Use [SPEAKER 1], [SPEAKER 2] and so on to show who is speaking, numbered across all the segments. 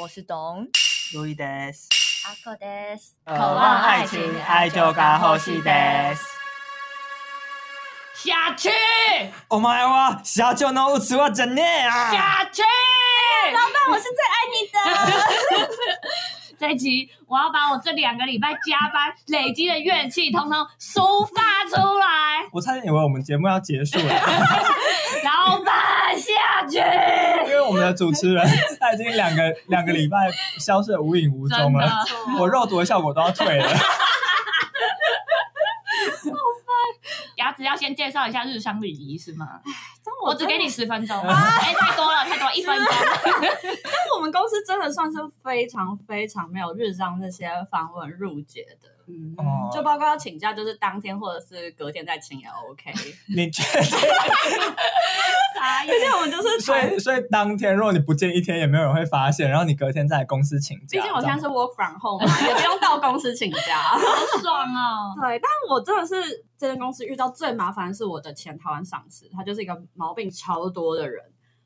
[SPEAKER 1] 我是董
[SPEAKER 2] 路易德斯，
[SPEAKER 1] 阿克です。
[SPEAKER 2] 渴。
[SPEAKER 1] 望爱情愛情が欲しいです
[SPEAKER 3] 下去，
[SPEAKER 2] お前は社長の器じゃねえや。
[SPEAKER 3] 下去！
[SPEAKER 1] 哎
[SPEAKER 3] 哎
[SPEAKER 1] 老板，我是最爱你的。
[SPEAKER 3] 这一集我要把我这两个礼拜加班累积的怨气，通通抒发出来。
[SPEAKER 2] 我差点以为我们节目要结束了，
[SPEAKER 3] 老板，下去！
[SPEAKER 2] 因为我们的主持人他已经两个 两个礼拜消失的无影无踪
[SPEAKER 3] 真的
[SPEAKER 2] 了，，我肉毒的效果都要退 了。
[SPEAKER 3] 牙子要先介绍一下日常礼仪是吗？我
[SPEAKER 1] 我
[SPEAKER 3] 只
[SPEAKER 1] 只
[SPEAKER 3] 给
[SPEAKER 1] 给
[SPEAKER 3] 你
[SPEAKER 1] 你，
[SPEAKER 3] 十分钟，哎，太多了，太多了，一分钟。
[SPEAKER 1] 但我们公司真的算是非常非常没有日常这些访问入节的，
[SPEAKER 3] 嗯，
[SPEAKER 2] 哦
[SPEAKER 1] 就包括要请假，就是当天或者是隔天再请也 OK。
[SPEAKER 2] 你确 定？
[SPEAKER 3] 傻
[SPEAKER 1] 毕
[SPEAKER 3] 眼
[SPEAKER 1] 竟我们就是
[SPEAKER 2] 所以所以当天如果你不见一天，也没有人会发现，然后你隔天再来公司请
[SPEAKER 1] 毕
[SPEAKER 2] 假。
[SPEAKER 1] 竟我
[SPEAKER 2] 这
[SPEAKER 1] 现
[SPEAKER 2] 样
[SPEAKER 1] 在是 work from home 嘛，也不用到公司请假。
[SPEAKER 3] 好爽哦！
[SPEAKER 1] 对，但我真的是这间公司遇到最麻烦的是我的前台湾上司，他就是一个毛病超多的人。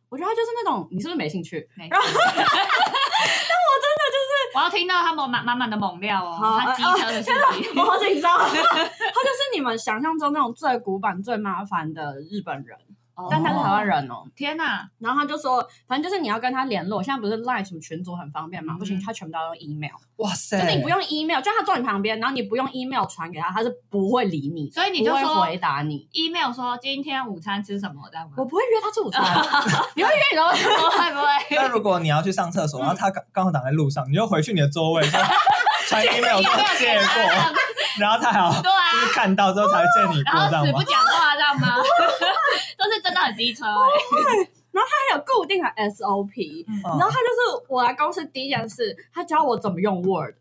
[SPEAKER 1] 我觉得他就是那种，你是不是没兴趣？
[SPEAKER 3] 没事但我真的就是，我要听到他们满满满的猛料哦，
[SPEAKER 1] 好啊
[SPEAKER 3] 他机车的事
[SPEAKER 1] 我
[SPEAKER 3] 情。
[SPEAKER 1] 好紧张。他就是你们想象中那种最古板、最麻烦的日本人，
[SPEAKER 3] 哦
[SPEAKER 1] 但他是台湾，人哦。
[SPEAKER 3] 天哪！
[SPEAKER 1] 然后他就说，反正就是你要跟他联络，现在不是 Line 什么群组很方便嘛？
[SPEAKER 3] 嗯
[SPEAKER 1] 不行，他全部都要用 email，
[SPEAKER 2] 哇塞，
[SPEAKER 1] 就是你不用 email，就他坐你旁边，然后你不用 email 传给他，他是不会理你，
[SPEAKER 3] 所以你就
[SPEAKER 1] 不会
[SPEAKER 3] 说
[SPEAKER 1] 回答你。
[SPEAKER 3] email 说今天午餐吃什么，这样吗
[SPEAKER 1] 我？不会约他吃午餐，啊 你会约你老板
[SPEAKER 3] 不会不 会
[SPEAKER 2] 那如果你要去上
[SPEAKER 1] 嗯
[SPEAKER 2] 厕所，然后他刚刚好挡在路上，你 就回去你的座位，说 传 email 说借过，然后他还要
[SPEAKER 3] 对啊
[SPEAKER 2] 就是看到之后才借你过，
[SPEAKER 3] 然
[SPEAKER 1] 哦
[SPEAKER 2] 这
[SPEAKER 3] 后
[SPEAKER 2] 样
[SPEAKER 3] 死不
[SPEAKER 2] 吗？
[SPEAKER 3] 讲话，这样吗？ 这是真的很机车欸，
[SPEAKER 1] 他有固定的 SOP，、
[SPEAKER 3] 嗯
[SPEAKER 1] 然后他就是我来公司第一件事，他教我怎么用 Word，、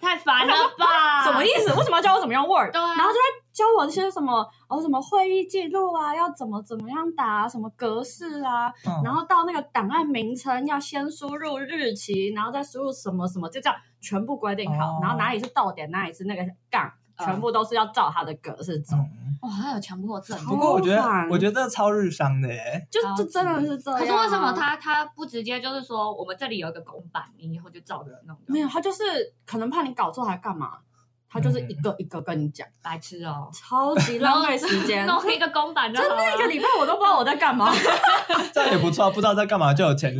[SPEAKER 3] 太烦了吧？
[SPEAKER 1] 什么意思？为什么要教我怎么用 Word？、
[SPEAKER 3] 啊对啊
[SPEAKER 1] 然后就在教我一些什么哦，什么会议记录啊，要怎么怎么样打、啊，什么格式啊，
[SPEAKER 2] 嗯
[SPEAKER 1] 然后到那个档案名称要先输入日期，然后再输入什么什么，就这样全部规定好，
[SPEAKER 2] 哦
[SPEAKER 1] 然后哪里是逗点，哪里是那个杠，
[SPEAKER 3] 嗯
[SPEAKER 1] 全部都是要照他的格式走。
[SPEAKER 2] 嗯
[SPEAKER 3] 哇，他有强迫症。
[SPEAKER 2] 不过我觉得
[SPEAKER 1] 好烦，
[SPEAKER 2] 我觉得这超日商的耶。
[SPEAKER 1] 就
[SPEAKER 3] 超
[SPEAKER 1] 就真的
[SPEAKER 3] 级
[SPEAKER 1] 是这样。啊
[SPEAKER 3] 可是为什么他他不直接就是说我们这里有一个公版，你以后就照着弄就好？
[SPEAKER 1] 没有？他就是可能怕你搞错，还干嘛？他就是
[SPEAKER 3] 嗯
[SPEAKER 1] 一个一个跟你讲，
[SPEAKER 3] 白痴哦，
[SPEAKER 1] 超级浪费时间。
[SPEAKER 3] 弄一个公版就
[SPEAKER 1] 真
[SPEAKER 3] 好啊
[SPEAKER 1] 的一个
[SPEAKER 3] 了。
[SPEAKER 1] 礼拜我都不知道我在干 嘛。
[SPEAKER 2] 这样也不错，不知道在干嘛就 有钱人。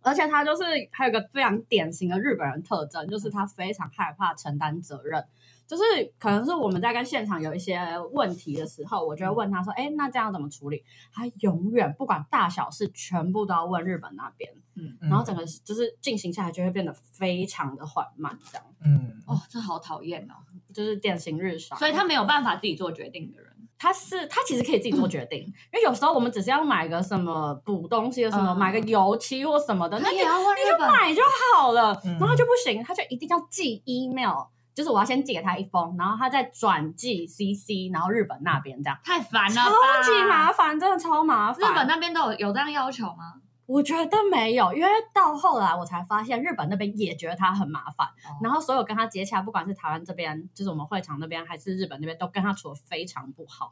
[SPEAKER 1] 而且他就是还有一个非常典型的日本人特征，就是他非常害怕承担责任。就是可能是我们在跟现场有一些问题的时候，我就会问他说：“哎、那这样怎么处理？”他永远不管大小事，全部都要问日本那边，
[SPEAKER 3] 嗯，
[SPEAKER 2] 嗯
[SPEAKER 1] 然后整个就是进行下来就会变得非常的缓慢，这样
[SPEAKER 2] 嗯，
[SPEAKER 3] 哦，这好讨厌哦。
[SPEAKER 1] 就是典型日商。
[SPEAKER 3] 所以他没有办法自己做决定的人。
[SPEAKER 1] 他是他其实可以自己做
[SPEAKER 3] 嗯
[SPEAKER 1] 决定，因为有时候我们只是要买个什么补东西的，啊什么、
[SPEAKER 3] 嗯
[SPEAKER 1] 买个油漆或什么的，那
[SPEAKER 3] 他
[SPEAKER 1] 你
[SPEAKER 3] 也要问
[SPEAKER 1] 你就
[SPEAKER 3] 日本，
[SPEAKER 1] 买就好了。
[SPEAKER 2] 嗯
[SPEAKER 1] 然后他就不行，他就一定要寄 email，就是我要先寄给他一封，然后他再转寄 CC，然后日本那边这样，
[SPEAKER 3] 太烦了吧，
[SPEAKER 1] 超级麻烦，真的超麻烦。
[SPEAKER 3] 日本那边都有有这样要求吗？
[SPEAKER 1] 我觉得没有，因为到后来我才发现日本那边也觉得他很麻烦，
[SPEAKER 3] 哦
[SPEAKER 1] 然后所有跟他接洽，不管是台湾这边，就是我们会场那边，还是日本那边，都跟他处的非常不好，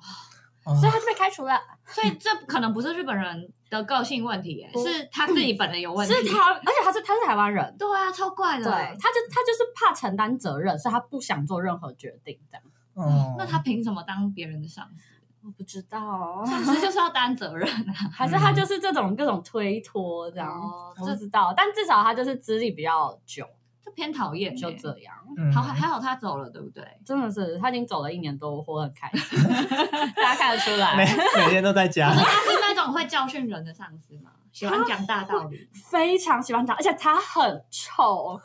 [SPEAKER 2] 哦
[SPEAKER 1] 所以他就被开除了。
[SPEAKER 3] 所以这可能不是日本人的个性问题耶，
[SPEAKER 1] 不
[SPEAKER 3] 是他自己本人有问题。
[SPEAKER 1] 是他，而且他是他是台湾人，
[SPEAKER 3] 对啊，超怪
[SPEAKER 1] 对，
[SPEAKER 3] 的。
[SPEAKER 1] 他就他就是怕承担责任，所以他不想做任何决定，这样。
[SPEAKER 2] 哦
[SPEAKER 3] 那他凭什么当别人的上司？
[SPEAKER 1] 我不知道，
[SPEAKER 3] 上司就是要担 责任啊。
[SPEAKER 1] 还是他就是这种各种推脱这样，
[SPEAKER 3] 哦
[SPEAKER 1] 我不知道。但至少他就是资历比较久，
[SPEAKER 3] 这偏讨厌耶。
[SPEAKER 1] 就这样。
[SPEAKER 2] 嗯
[SPEAKER 3] 好，还好他走了，对不对？
[SPEAKER 1] 真的是，他已经走了一年多，我活得很开心， 大家看得出
[SPEAKER 2] 每
[SPEAKER 1] 来，
[SPEAKER 2] 每天都在家
[SPEAKER 1] 啊
[SPEAKER 3] 可是，他是那种会教训人的上司吗？喜欢讲大道理，
[SPEAKER 1] 非常喜欢他，而且他很臭，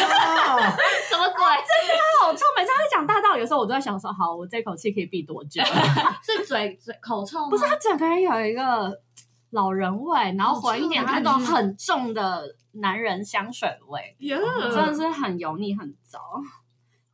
[SPEAKER 2] 哦
[SPEAKER 3] 什么鬼？
[SPEAKER 1] 他好臭。每次他在讲大道理的时候，我都在想说，好，我这口气可以避多久？
[SPEAKER 3] 是嘴嘴口臭吗？
[SPEAKER 1] 不是，他整个人有一个老人味，然后混一点
[SPEAKER 3] 好臭啊
[SPEAKER 1] 那种很重的男人香水味，
[SPEAKER 3] 耶，
[SPEAKER 1] 真的是很油腻很糟。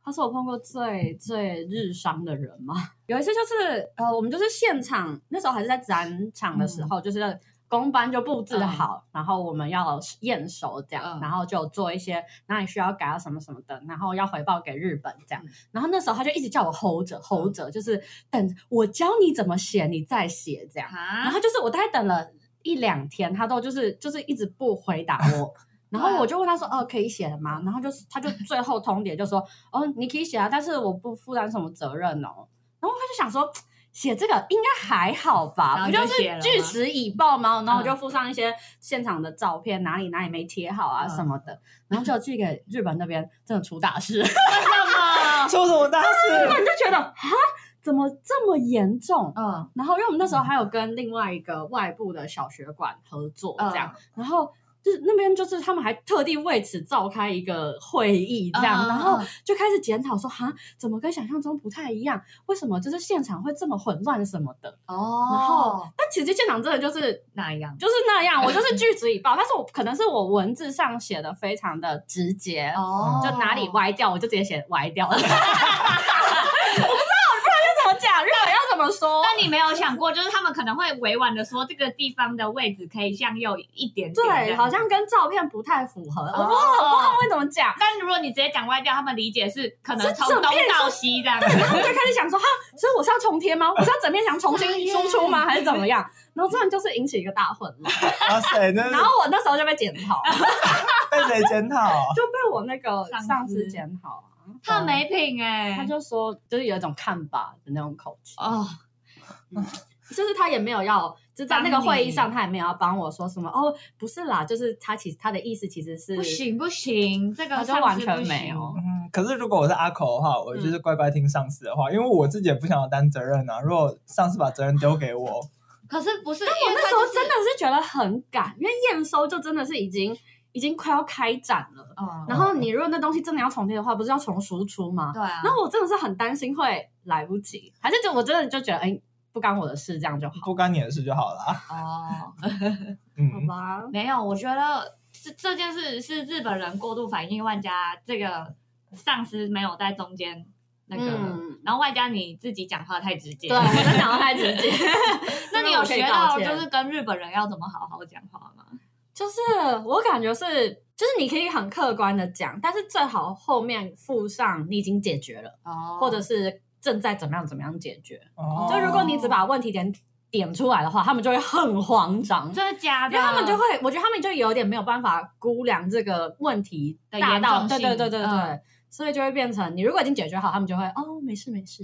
[SPEAKER 1] 他是我碰过最最日商的人嘛。有一次就是呃，我们就是现场那时候还是在展场的时候，就是工班就布置好，然后我们要验收这样，
[SPEAKER 3] 嗯
[SPEAKER 1] 然后就做一些哪里需要改到什么什么的，然后要回报给日本这样。然后那时候他就一直叫我 hold 着 hold 着，就是等我教你怎么写，你再写这样。然
[SPEAKER 3] 啊
[SPEAKER 1] 后，就是我大概等了一两天，他都就是就是一直不回答 我。然后我就问他说：“哦，可以写了吗？”然后就是他就最后通牒就说：“哦，你可以写啊，但是我不负担什么责任哦。”然后他就想说，写这个应该还好吧？
[SPEAKER 3] 然
[SPEAKER 1] 不
[SPEAKER 3] 后
[SPEAKER 1] 就
[SPEAKER 3] 就
[SPEAKER 1] 是
[SPEAKER 3] 写了吗
[SPEAKER 1] 据实以报吗？然后我就
[SPEAKER 3] 嗯
[SPEAKER 1] 附上一些现场的照片，哪里哪里没贴好啊
[SPEAKER 3] 嗯
[SPEAKER 1] 什么的。然后就寄给日本那边，真的出大事。
[SPEAKER 3] 为什 么？
[SPEAKER 2] 出什么大
[SPEAKER 1] 我
[SPEAKER 2] 事？
[SPEAKER 1] 就觉得啊，怎么这么严重？
[SPEAKER 3] 嗯
[SPEAKER 1] 然后因为我们那时候还有跟另外一个外部的小学馆合作，
[SPEAKER 3] 嗯
[SPEAKER 1] 这样，然后。就是那边，就是他们还特地为此召开一个会议，这样，
[SPEAKER 3] 嗯
[SPEAKER 1] 然后
[SPEAKER 3] 嗯
[SPEAKER 1] 就开始检讨说，哈，怎么跟想象中不太一样？为什么就是现场会这么混乱什么的？
[SPEAKER 3] 哦，
[SPEAKER 1] 然后但其实现场真的就是
[SPEAKER 3] 那样
[SPEAKER 1] 就是那 样，我就是据实以报，但是我可能是我文字上写的非常的直接，
[SPEAKER 3] 哦
[SPEAKER 1] 就哪里歪掉，我就直接写歪掉了。我 不知道，我不知道要怎么讲，日本要怎么说？
[SPEAKER 3] 但你没有想过，就是他们可能会委婉的说，这个地方的位置可以向右一点点。这
[SPEAKER 1] 对，
[SPEAKER 3] 样
[SPEAKER 1] 好。像跟照片不太符合，我不知道
[SPEAKER 3] 哦，
[SPEAKER 1] 会怎么讲。
[SPEAKER 3] 但如果你直接讲歪掉，他们理解是可能
[SPEAKER 1] 是
[SPEAKER 3] 从
[SPEAKER 1] 整
[SPEAKER 3] 东
[SPEAKER 1] 片
[SPEAKER 3] 到 西这样子。
[SPEAKER 1] 然后我就开始想说，哈，所以我是要重贴吗？我是要整面墙重新输出吗？还是怎么样？然后这样就是引起一个大混 乱。
[SPEAKER 2] 哇塞，真
[SPEAKER 1] 然
[SPEAKER 2] 是
[SPEAKER 1] 后我那时候就被检讨，
[SPEAKER 2] 被谁检讨啊？
[SPEAKER 1] 就被我那个
[SPEAKER 3] 上司
[SPEAKER 1] 上司检讨，啊
[SPEAKER 3] 他很没品哎、
[SPEAKER 1] 他就说就是有一种看吧的那种口气。
[SPEAKER 3] 哦，
[SPEAKER 1] 就是他也没有要，就在那个
[SPEAKER 3] 帮你
[SPEAKER 1] 会议上，他也没有要帮我说什么哦，不是啦，就是他其实他的意思其实是
[SPEAKER 3] 不，行不行，这个
[SPEAKER 1] 他就
[SPEAKER 3] 上司
[SPEAKER 1] 完全
[SPEAKER 3] 不行
[SPEAKER 1] 没有。
[SPEAKER 2] 嗯，可是如果我是阿口的话，我就是
[SPEAKER 1] 嗯
[SPEAKER 2] 乖乖听上司的话，因为我自己也不想要担责任啊。如果上司把责任丢给我，
[SPEAKER 3] 可是不是？因
[SPEAKER 1] 我
[SPEAKER 3] 为
[SPEAKER 1] 那
[SPEAKER 3] 他
[SPEAKER 1] 时候
[SPEAKER 3] 就是
[SPEAKER 1] 真的是觉得很赶，因为验收就真的是已经已经快要开展了，
[SPEAKER 3] 哦，
[SPEAKER 1] 然后你如果那东西真的要重贴的话，不是要重输出吗？
[SPEAKER 3] 对啊，
[SPEAKER 1] 然后我真的是很担心会来不及，还是就我真的就觉得哎。不干我的事，这样就好，
[SPEAKER 2] 不干你的事就好了。
[SPEAKER 3] 哦，
[SPEAKER 1] 好
[SPEAKER 2] 嗯，
[SPEAKER 1] 吧？
[SPEAKER 3] 没有，我觉得这这件事是日本人过度反应，万家这个上司没有在中间那个，
[SPEAKER 1] 嗯
[SPEAKER 3] 然后外加你自己讲话太直接。
[SPEAKER 1] 对，啊我真的讲的太直 接。
[SPEAKER 3] 那你有学到就是跟日本人要怎么好好讲话吗？
[SPEAKER 1] 就是我感觉是，就是你可以很客观的讲，但是最好后面附上你已经解决了，
[SPEAKER 3] 哦
[SPEAKER 1] 或者是正在怎么样怎么样解决。
[SPEAKER 2] 哦
[SPEAKER 1] 就如果你只把问题点点出来的话，他们就会很慌张，因
[SPEAKER 3] 真的假的？
[SPEAKER 1] 为他们就会，我觉得他们就有点没有办法估量这个问题
[SPEAKER 3] 的
[SPEAKER 1] 大到，
[SPEAKER 3] 严重
[SPEAKER 1] 对
[SPEAKER 3] 性
[SPEAKER 1] 对对对对。
[SPEAKER 3] 嗯
[SPEAKER 1] 所以就会变成，你如果已经解决好，他们就会哦，没事没事，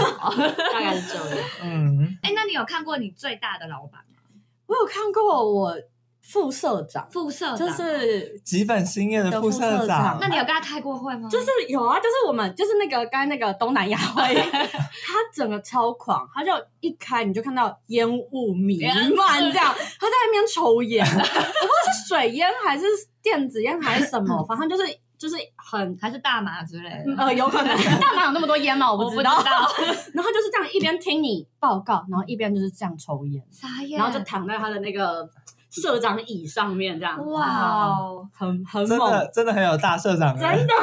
[SPEAKER 1] 大概是这样。
[SPEAKER 2] 嗯，
[SPEAKER 3] 哎、那你有看过你最大的老板吗？
[SPEAKER 1] 我有看过我副社长，哦
[SPEAKER 3] 副社长，
[SPEAKER 1] 就是
[SPEAKER 2] 几本兴业的
[SPEAKER 1] 的
[SPEAKER 2] 副
[SPEAKER 1] 副
[SPEAKER 2] 社
[SPEAKER 1] 社
[SPEAKER 2] 长
[SPEAKER 1] 长
[SPEAKER 3] 那，你有跟他开过会吗？
[SPEAKER 1] 就是有啊，就是我们就是那个刚才那个东南亚 会，他整个超狂，他就一开你就看到烟雾弥漫这 样，他在那边抽烟，我不知道是水烟还是电子烟还是什么，反正就是就是很。
[SPEAKER 3] 还是大麻之类的？
[SPEAKER 1] 呃，有可 能，但哪有那么多烟嘛？我
[SPEAKER 3] 我
[SPEAKER 1] 不知
[SPEAKER 3] 不知
[SPEAKER 1] 道。
[SPEAKER 3] 道，
[SPEAKER 1] 然后就是这样，一边听你报告，然后一边就是这样抽烟，
[SPEAKER 3] 傻眼，
[SPEAKER 1] 然后就躺在他的那个社长椅上面，这样
[SPEAKER 3] 哇哦，
[SPEAKER 1] 很很
[SPEAKER 2] 真
[SPEAKER 1] 猛，
[SPEAKER 2] 的真的很有大社长的。
[SPEAKER 1] 真的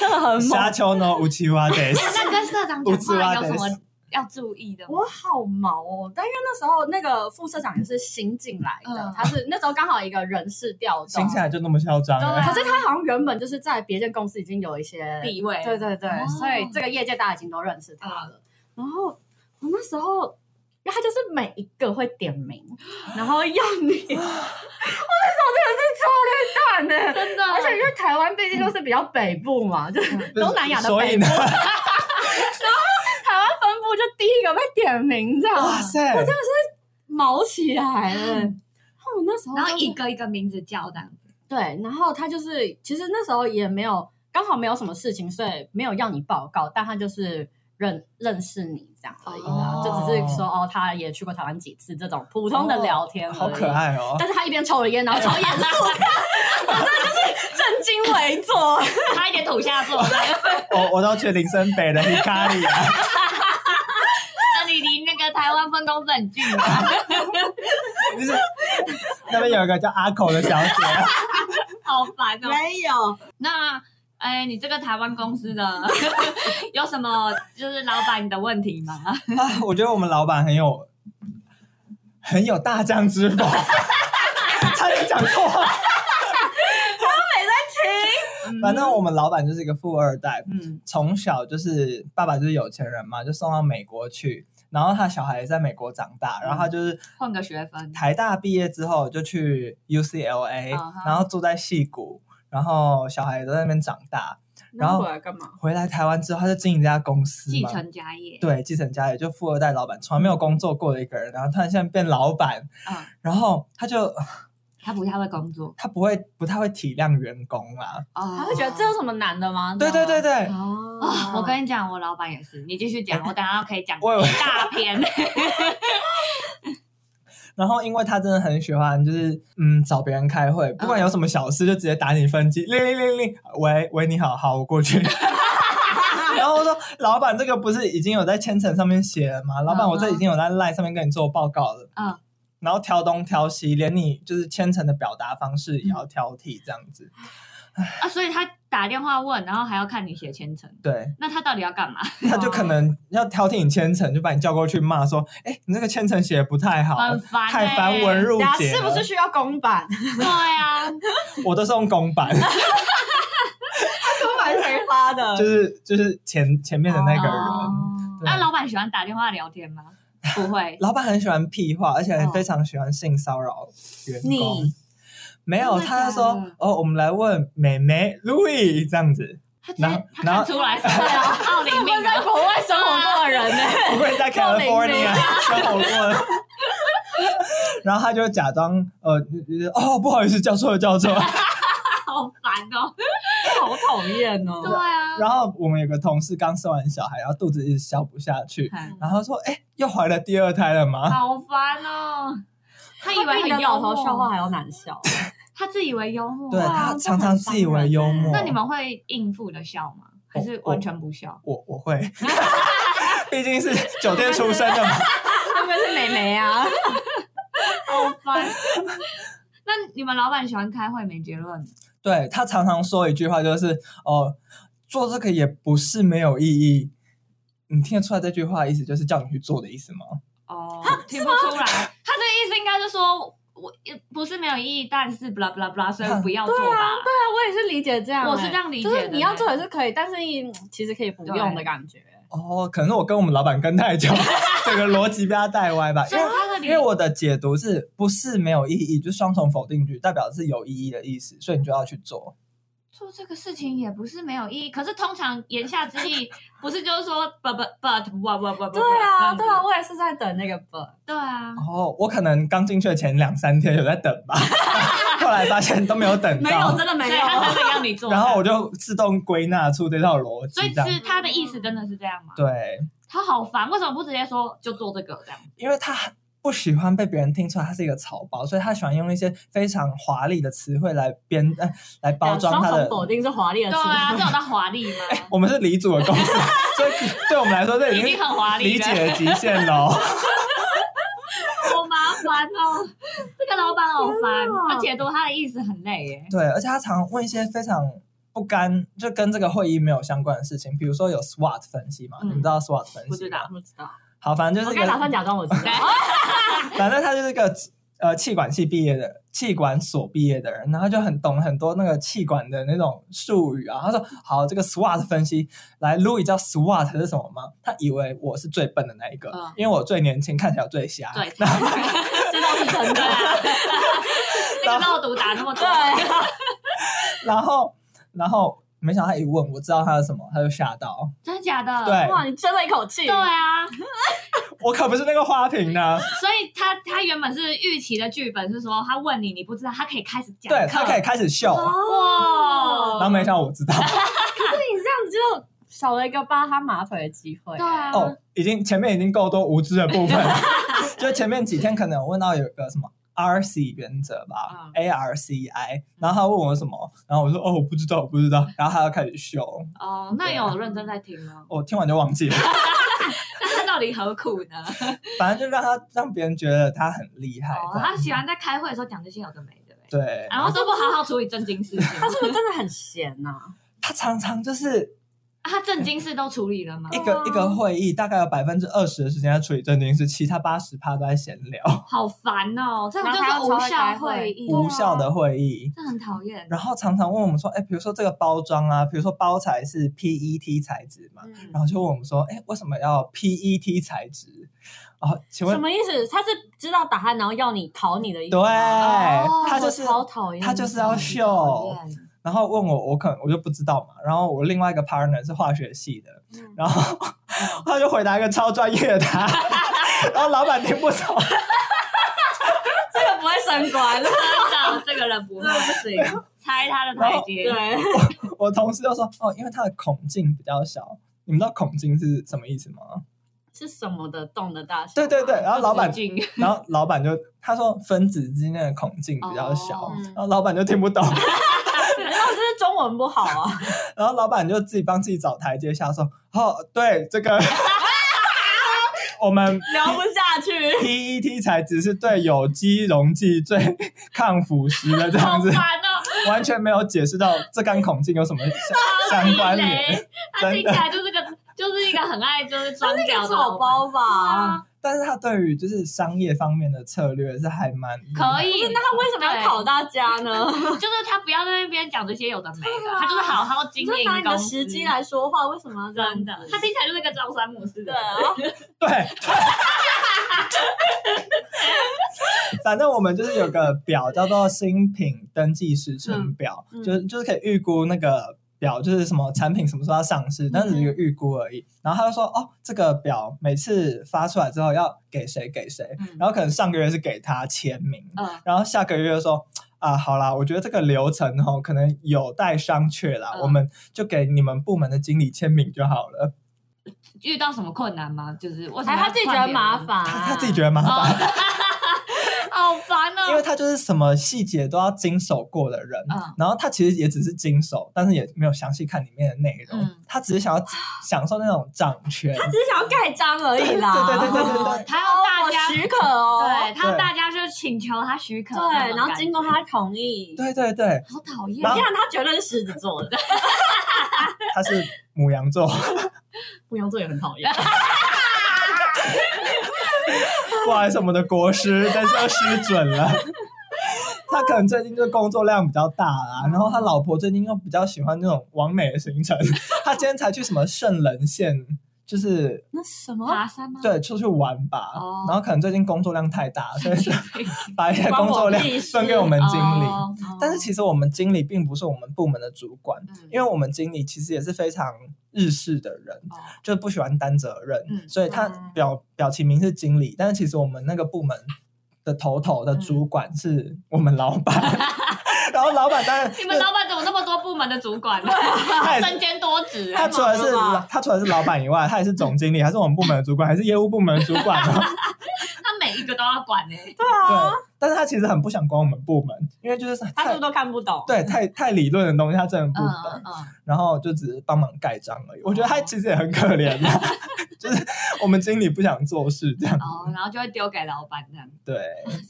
[SPEAKER 1] 真的很猛。
[SPEAKER 2] 沙丘呢，无奇 蛙得。
[SPEAKER 3] 那跟社 长讲话有什么要注意的吗？
[SPEAKER 1] 我好毛哦，但因为那时候那个副社长也是新进来的，
[SPEAKER 3] 嗯
[SPEAKER 1] 他是那时候刚好一个人事调动
[SPEAKER 2] 听，起来就那么嚣张、
[SPEAKER 1] 对
[SPEAKER 2] 欸，
[SPEAKER 1] 可是他好像原本就是在别间公司已经有一些
[SPEAKER 3] 地位
[SPEAKER 1] 对对对，
[SPEAKER 3] 哦
[SPEAKER 1] 所以这个业界大家已经都认识他了。然后我那时候。因为他就是每一个会点名，然后要你，我那时候真的是超累蛋的，
[SPEAKER 3] 真的，
[SPEAKER 1] 而且因为台湾毕竟就是比较北部嘛，就是 东南亚的
[SPEAKER 2] 嗯所以
[SPEAKER 1] 北部，
[SPEAKER 2] 呢，
[SPEAKER 1] 台湾分部就第一个被点名这样。
[SPEAKER 2] 哇塞，
[SPEAKER 1] 毛起来了。然后我那时候就
[SPEAKER 3] 然
[SPEAKER 1] 是，
[SPEAKER 3] 后一个一个名字叫这样子，
[SPEAKER 1] 对，然后他就是，其实那时候也没有，刚好没有什么事情，所以没有要你报告，但他就是认认识你这样而已啦，
[SPEAKER 2] 哦
[SPEAKER 1] 就只是说哦，他也去过台湾几次这种普通的聊天、
[SPEAKER 2] 好可。爱哦、
[SPEAKER 1] 但是他一边抽着烟，然后抽烟啦，我看，我真的就是正襟危坐。
[SPEAKER 3] 差一点土下座。
[SPEAKER 2] 我我都去林森北的 Hikari 啊，
[SPEAKER 3] 那你离那个台湾分公司很近 啊吗？
[SPEAKER 2] 就是那边有一个叫阿口的小姐、啊
[SPEAKER 3] 好烦哦。
[SPEAKER 1] 没有，
[SPEAKER 3] 那哎，你这个台湾公司的 有什么就是老板你的问题吗？
[SPEAKER 2] 啊， 我觉得我们老板很有很有大将之风， 差点讲错话。
[SPEAKER 1] 嗯
[SPEAKER 2] 反正我们老板就是一个富二代，
[SPEAKER 3] 嗯
[SPEAKER 2] 从小就是爸爸就是有钱人嘛，就送到美国去，然后他小孩在美国长
[SPEAKER 3] 嗯
[SPEAKER 2] 大，然后他就是
[SPEAKER 3] 换个学分，
[SPEAKER 2] 台大毕业之后就去 UCLA，、
[SPEAKER 3] 啊哈
[SPEAKER 2] 然后住在戏谷，然后小孩都在那边长大，然后
[SPEAKER 1] 那回来干嘛？
[SPEAKER 2] 回来台湾之后他就经营这家公司
[SPEAKER 3] 继
[SPEAKER 2] 嘛，
[SPEAKER 3] 承家业。
[SPEAKER 2] 对，继承家业就富二代老板，从来没有工作过的一个人，然后突然现在变老板，
[SPEAKER 3] 嗯，
[SPEAKER 2] 然后他就
[SPEAKER 3] 他不太会工作，
[SPEAKER 2] 他不会不太会体谅员工啦，
[SPEAKER 3] 哦
[SPEAKER 1] 他会觉得这有什么难的
[SPEAKER 3] 嗯
[SPEAKER 1] 吗？
[SPEAKER 2] 对对对对，
[SPEAKER 1] 哦
[SPEAKER 3] 啊，我跟你讲，我老板也是，你继 续讲，我等下可以讲
[SPEAKER 2] 我以为
[SPEAKER 3] 一大篇。
[SPEAKER 2] 然后因为他真的很喜欢，就是嗯找别人开会，不管
[SPEAKER 3] 嗯
[SPEAKER 2] 有什么小事就直接打你分机，铃铃铃铃，喂喂，你好好，我过去。 然后我说，老板，这个不是已经有在千层上面写了吗？老板，我这已经有在 line 上面跟你做报告了。
[SPEAKER 3] 嗯。
[SPEAKER 2] 然后挑东挑西，连你就是千层的表达方式也要挑剔，这样子。
[SPEAKER 3] 啊，所以他打电话问，然后还要看你写千层，
[SPEAKER 2] 对，
[SPEAKER 3] 那他到底要干嘛？
[SPEAKER 2] 他就
[SPEAKER 3] 哦
[SPEAKER 2] 可能要挑剔你千层，就把你叫过去骂说，哎，你这个千层写的不太好，
[SPEAKER 3] 很烦、欸，
[SPEAKER 2] 太繁 文缛
[SPEAKER 1] 大家
[SPEAKER 2] 节
[SPEAKER 1] 是
[SPEAKER 2] 了。
[SPEAKER 1] 不是需要公 版？
[SPEAKER 3] 对啊，
[SPEAKER 2] 我都是用公 版。
[SPEAKER 1] 公版是谁发的？
[SPEAKER 2] 就是就是前前面的那个人，
[SPEAKER 3] 哦
[SPEAKER 2] 对，
[SPEAKER 3] 那、老板喜欢打电话聊天吗？不会
[SPEAKER 2] 老板很喜欢屁话，而且
[SPEAKER 3] 哦
[SPEAKER 2] 非常喜欢性骚扰员工
[SPEAKER 1] 你。
[SPEAKER 2] 没有，
[SPEAKER 3] 真的
[SPEAKER 2] 他就
[SPEAKER 3] 假的
[SPEAKER 2] 说哦，我们来问妹妹 Louis 这样子。
[SPEAKER 3] 他直
[SPEAKER 2] 然后
[SPEAKER 3] 接他看出来 是奥林
[SPEAKER 1] 我
[SPEAKER 3] 命啊
[SPEAKER 1] 在
[SPEAKER 3] 的。
[SPEAKER 1] 国外生活过的人呢、
[SPEAKER 2] 不愧在 California 生 活过。然后他就假装呃就是哦，不好意思，叫错了，叫错了。
[SPEAKER 3] 好烦哦！
[SPEAKER 1] 好讨厌哦
[SPEAKER 3] 对啊，
[SPEAKER 2] 然后我们有个同事刚生完小孩，然后肚子一直消不下去，
[SPEAKER 3] 嗯
[SPEAKER 2] 然后他说哎，又怀了第二胎了吗？
[SPEAKER 3] 好烦哦！他以
[SPEAKER 1] 他
[SPEAKER 3] 为
[SPEAKER 1] 比你的
[SPEAKER 3] 很
[SPEAKER 1] 老
[SPEAKER 3] 幽
[SPEAKER 1] 头笑话
[SPEAKER 3] 默，
[SPEAKER 1] 还要难笑。
[SPEAKER 3] 他自以为幽默。
[SPEAKER 2] 对
[SPEAKER 1] 啊
[SPEAKER 2] 他常
[SPEAKER 1] 这很
[SPEAKER 2] 常自以
[SPEAKER 1] 伤人
[SPEAKER 2] 为幽
[SPEAKER 1] 欸
[SPEAKER 2] 默。
[SPEAKER 3] 那你们会应付的笑吗？还是完全不笑？
[SPEAKER 2] 我我 会，毕竟是酒店出身的嘛。
[SPEAKER 1] 他们是美眉 啊，
[SPEAKER 3] 好烦。那你们老板喜欢开会没结论？
[SPEAKER 2] 对他常常说一句话，就是哦，做这个也不是没有意义。你听得出来这句话的意思就是叫你去做的意思吗？
[SPEAKER 3] 哦，听不出来。他这个意思应该就说，我也不是没有意义，但是 blah blah blah，所以不要做吧。
[SPEAKER 1] 对啊，我也是理解这样欸、
[SPEAKER 3] 我是这样理解
[SPEAKER 1] 就
[SPEAKER 3] 的
[SPEAKER 1] 是你要做也是可以，但是你嗯其实可以不用的感觉。
[SPEAKER 2] 哦，可能是我跟我们老板跟太久， 整个逻辑被他带歪吧。因
[SPEAKER 3] 所以
[SPEAKER 2] 为
[SPEAKER 3] 他的
[SPEAKER 2] 啊因
[SPEAKER 3] 理
[SPEAKER 2] 为我的解读是不是没有意义，就双重否定句，代表是有意义的意思，所以你就要去做。
[SPEAKER 3] 做这个事情也不是没有意义，可是通常言下之意不是就是说 but but but what what what
[SPEAKER 1] 对啊，对啊，我也是在等那个本。
[SPEAKER 3] 对啊，
[SPEAKER 2] 哦，我可能刚进去的前两三天有在等 吧，后来发现都没有等
[SPEAKER 1] 的
[SPEAKER 2] 到，
[SPEAKER 3] 所以他真的让你做。
[SPEAKER 2] 然后我就自动归纳出这套逻辑
[SPEAKER 3] 所以
[SPEAKER 2] 这样。
[SPEAKER 3] 是他的意思真的是这样吗？
[SPEAKER 2] 对，
[SPEAKER 3] 他好烦，为什么不直接说就做这个这样？
[SPEAKER 2] 因为他不喜欢被别人听出来他是一个草包，所以他喜欢用一些非常华丽的词汇来编呃来包装他
[SPEAKER 1] 双
[SPEAKER 2] 的
[SPEAKER 1] 重。否定是华丽的
[SPEAKER 3] 对
[SPEAKER 1] 词汇。
[SPEAKER 3] 啊，这有到华丽吗？
[SPEAKER 2] 我们是李主的公司，所以对我们来说这
[SPEAKER 3] 已
[SPEAKER 2] 已
[SPEAKER 3] 经
[SPEAKER 2] 经
[SPEAKER 3] 很华丽
[SPEAKER 2] 理
[SPEAKER 3] 了，
[SPEAKER 2] 解的极限喽。
[SPEAKER 3] 好麻烦哦。这个老板好烦
[SPEAKER 1] 天，哪
[SPEAKER 3] 他解读他的意思很累耶。
[SPEAKER 2] 对，而且他常问一些非常不干，就跟这个会议没有相关的事情，比如说有 SWOT 分析嘛，
[SPEAKER 3] 嗯
[SPEAKER 2] 你们知道 SWOT 分析？
[SPEAKER 3] 不知道。
[SPEAKER 1] 不知道，
[SPEAKER 2] 好，反正就
[SPEAKER 1] 我
[SPEAKER 2] 是一
[SPEAKER 1] 刚
[SPEAKER 2] 个
[SPEAKER 1] 打算假装我知道
[SPEAKER 3] 对。
[SPEAKER 2] 反正他就是一个呃气管系毕业的，气管所毕业的人，然后就很懂很多那个气管的那种术语啊。他说：“好，这个 SWOT 分析，来，Louis 知道 SWOT 是什么吗？”他以为我是最笨的那一个，
[SPEAKER 3] 嗯
[SPEAKER 2] 因为我最年轻，看起来最瞎。
[SPEAKER 3] 对， 这倒是真的啊。 那个肉毒打那么多，
[SPEAKER 1] 啊
[SPEAKER 2] 然后，然后没想到他一问，我知道他是什么，他就吓到。
[SPEAKER 3] 真的假的？
[SPEAKER 2] 对
[SPEAKER 1] 哇，你争了一口气。
[SPEAKER 3] 对啊，
[SPEAKER 2] 我可不是那个花瓶呢、
[SPEAKER 3] 所以他他原本是预期的剧本是说他问你你不知道，他可以开始讲课，
[SPEAKER 2] 对他可以开始
[SPEAKER 1] 哦
[SPEAKER 2] 秀，
[SPEAKER 3] 哇
[SPEAKER 1] 哇！
[SPEAKER 2] 然后没想到我知道。
[SPEAKER 1] 可是你这样子就少了一个扒他马腿的机会。欸
[SPEAKER 3] 对啊
[SPEAKER 2] 哦，已经前面已经够多无知的部分 了，就前面几天可能有问到有个什么 RC 原则吧、
[SPEAKER 3] 嗯
[SPEAKER 2] a R C I，然后他问我什么，然后我说哦我不知道我不知道，然后他要开始秀，
[SPEAKER 3] 哦，那
[SPEAKER 2] 啊
[SPEAKER 3] 有认真在听吗？
[SPEAKER 2] 我听完就忘记 了，
[SPEAKER 3] 那他到底何苦 呢？
[SPEAKER 2] 反正就让他让别人觉得他很厉害，
[SPEAKER 3] 哦，
[SPEAKER 2] 这样
[SPEAKER 3] 他喜欢在开会的时候讲这些有的没的欸，
[SPEAKER 2] 对，
[SPEAKER 3] 然后都不好好处理正经事情。
[SPEAKER 1] 他是不是真的很闲啊呐、
[SPEAKER 2] 他常常就是
[SPEAKER 3] 啊他正经事都处理了吗？
[SPEAKER 2] 一个、
[SPEAKER 1] 哇
[SPEAKER 2] 一个会议，大概有百分之二十的时间在处理正经事，其他八十趴都在闲聊，
[SPEAKER 3] 好烦哦，这种就
[SPEAKER 1] 然后
[SPEAKER 3] 是
[SPEAKER 1] 他要
[SPEAKER 3] 无
[SPEAKER 1] 超会
[SPEAKER 3] 效
[SPEAKER 1] 开会
[SPEAKER 3] 会议，
[SPEAKER 2] 无效的会议。
[SPEAKER 3] 这很讨厌。
[SPEAKER 2] 然后常常问我们说，哎，比如说这个包装啊，比如说包 E 材是 PET 材质嘛，
[SPEAKER 1] 嗯
[SPEAKER 2] 然后就问我们说，哎，为什么要 PET E 材质？哦，请
[SPEAKER 1] 什
[SPEAKER 2] 问
[SPEAKER 1] 么意思？他是知道答案，然后要你考你的意思
[SPEAKER 2] 对，
[SPEAKER 1] 吗。
[SPEAKER 3] 哦
[SPEAKER 2] 他
[SPEAKER 1] 我
[SPEAKER 2] 就是
[SPEAKER 1] 超讨厌，
[SPEAKER 2] 他就是要秀然后问我，我可能我就不知道嘛。然后我另外一个 partner 是化学系的，
[SPEAKER 3] 嗯
[SPEAKER 2] 然后 他就回答一个超专业的 答案，然后老板听不懂。
[SPEAKER 1] 这个不会升官，
[SPEAKER 3] 真的，这个人不
[SPEAKER 1] 不
[SPEAKER 3] 会
[SPEAKER 1] 行。
[SPEAKER 3] 拆他的台阶。
[SPEAKER 1] 对，
[SPEAKER 2] 我同事就说，哦，因为他的孔径比较小。你们知道孔径是什么意思吗？
[SPEAKER 1] 是什么的洞的大小？啊
[SPEAKER 2] 对对对，然后老板
[SPEAKER 3] 就，直径
[SPEAKER 2] 然后老板就他说分子之间的孔径比较小，
[SPEAKER 3] 哦
[SPEAKER 2] 然后老板就听不懂，
[SPEAKER 1] 然后就是中文不好啊，
[SPEAKER 2] 然后老板就自己帮自己找台阶下，说，哦，对，这 个我们 E
[SPEAKER 1] 聊不下去。
[SPEAKER 2] PET 材质是对有机溶剂最抗腐蚀的，这
[SPEAKER 3] 好
[SPEAKER 2] 样子
[SPEAKER 3] 烦哦，
[SPEAKER 2] 完全没有解释到这跟孔径有什么相相关联。
[SPEAKER 3] 雷，他听起来就是个就是一个很爱就是装屌的
[SPEAKER 1] 草
[SPEAKER 3] 老板。
[SPEAKER 1] 包吧？
[SPEAKER 3] 啊，
[SPEAKER 2] 但是他对于就是商业方面的策略是还蛮
[SPEAKER 3] 可以，
[SPEAKER 1] 啊那他为什么要考大家呢？
[SPEAKER 3] 就是他不要在那边讲这些有的 没的，他就是好好经
[SPEAKER 1] 你
[SPEAKER 3] 营
[SPEAKER 1] 就拿你的
[SPEAKER 3] 公司
[SPEAKER 1] 时机，来说话，为什么要这样
[SPEAKER 3] 真
[SPEAKER 1] 子
[SPEAKER 3] 的，他听起来就是个朝三暮四的
[SPEAKER 1] 对
[SPEAKER 3] 人。
[SPEAKER 1] 啊，
[SPEAKER 2] 对。对 反正我们就是有个表叫做新品登记时程表，
[SPEAKER 1] 嗯嗯
[SPEAKER 2] 就是就是可以预估那个表就是什么产品什么时候要上
[SPEAKER 1] 嗯
[SPEAKER 2] 市，但只是一个预估而已。然后他就说哦，这个表每次发出来之后要给谁给谁，
[SPEAKER 1] 嗯
[SPEAKER 2] 然后可能上个月是给他签名，
[SPEAKER 1] 嗯
[SPEAKER 3] 呃
[SPEAKER 2] 然后下个月就说啊，好啦，我觉得这个流程哦，可能有待商榷啦，
[SPEAKER 1] 嗯
[SPEAKER 2] 我们就给你们部门的经理签名就好了。
[SPEAKER 3] 遇到什么困难吗？就是我
[SPEAKER 1] 哎，他自己觉得麻，烦，
[SPEAKER 2] 他他自己觉得麻
[SPEAKER 3] 哦
[SPEAKER 2] 烦，
[SPEAKER 3] 好烦
[SPEAKER 2] 因为
[SPEAKER 3] 哦。
[SPEAKER 2] 他就是什么细节都要经手过的人，
[SPEAKER 3] 嗯
[SPEAKER 2] 然后他其实也只是经手，但是也没有详细看里面的内容，
[SPEAKER 3] 嗯
[SPEAKER 2] 他只是想要享受那种掌权。
[SPEAKER 1] 只是想要盖章而已啦。
[SPEAKER 2] 对对对对对
[SPEAKER 3] 哦
[SPEAKER 2] 对
[SPEAKER 3] 他要大
[SPEAKER 1] 我
[SPEAKER 3] 家，
[SPEAKER 1] 许可哦，
[SPEAKER 3] 对他要
[SPEAKER 2] 对
[SPEAKER 3] 大家就请求他许可，
[SPEAKER 1] 对，然后经过，他同意。
[SPEAKER 2] 对对对，
[SPEAKER 3] 好讨厌
[SPEAKER 1] 你
[SPEAKER 2] 然后
[SPEAKER 1] 看他绝对是狮子座的，
[SPEAKER 2] 他是母羊座，
[SPEAKER 1] 牧羊座也很讨厌。
[SPEAKER 2] 不好意思，我们的国师但是要失准了。 他可能最近就工作量比较大啦，然后他老婆最近又比较喜欢那种完美的行程， 他今天才去什么圣人县，就是
[SPEAKER 1] 那什么？
[SPEAKER 3] 爬山吗？
[SPEAKER 2] 对出去玩吧，
[SPEAKER 3] 哦
[SPEAKER 2] 然后可能最近工作量太大， 所以就把一些
[SPEAKER 1] 关我
[SPEAKER 2] 工作量
[SPEAKER 1] 屁事
[SPEAKER 2] 分给我们经理。
[SPEAKER 3] 哦
[SPEAKER 2] 但是其实我们经理并不是我们部门的主管，
[SPEAKER 3] 嗯
[SPEAKER 2] 因为我们经理其实也是非常日式的人，
[SPEAKER 3] 哦
[SPEAKER 2] 就不喜欢担责任，
[SPEAKER 3] 嗯
[SPEAKER 2] 所以他
[SPEAKER 1] 嗯
[SPEAKER 2] 表、表情名是经理，但是其实我们那个部门的头头的主管是我们老板，然后老板当然
[SPEAKER 3] 你们老板怎么那么多部门的主管呢？
[SPEAKER 2] 他也
[SPEAKER 3] 身兼多职，哎
[SPEAKER 2] 他除了是
[SPEAKER 1] 太忙了吧
[SPEAKER 2] 他除了是老板以外，他也是总经理，还是我们部门的主管，还是业务部门的主管呢？
[SPEAKER 3] 他每一个都 要管呢。哎
[SPEAKER 2] 对，但是他其实很不想管我们部门，因为就是
[SPEAKER 1] 他是不
[SPEAKER 2] 太
[SPEAKER 1] 是都看不懂？
[SPEAKER 2] 对太太理论的东西，他真的不
[SPEAKER 3] 嗯
[SPEAKER 2] 懂。
[SPEAKER 3] 嗯嗯，
[SPEAKER 2] 然后就只是帮忙盖章而已。
[SPEAKER 3] 哦
[SPEAKER 2] 我觉得他其实也很可怜的， 就是我们经理不想做事这样。
[SPEAKER 3] 哦，然后就会丢给老板这样，
[SPEAKER 2] 对，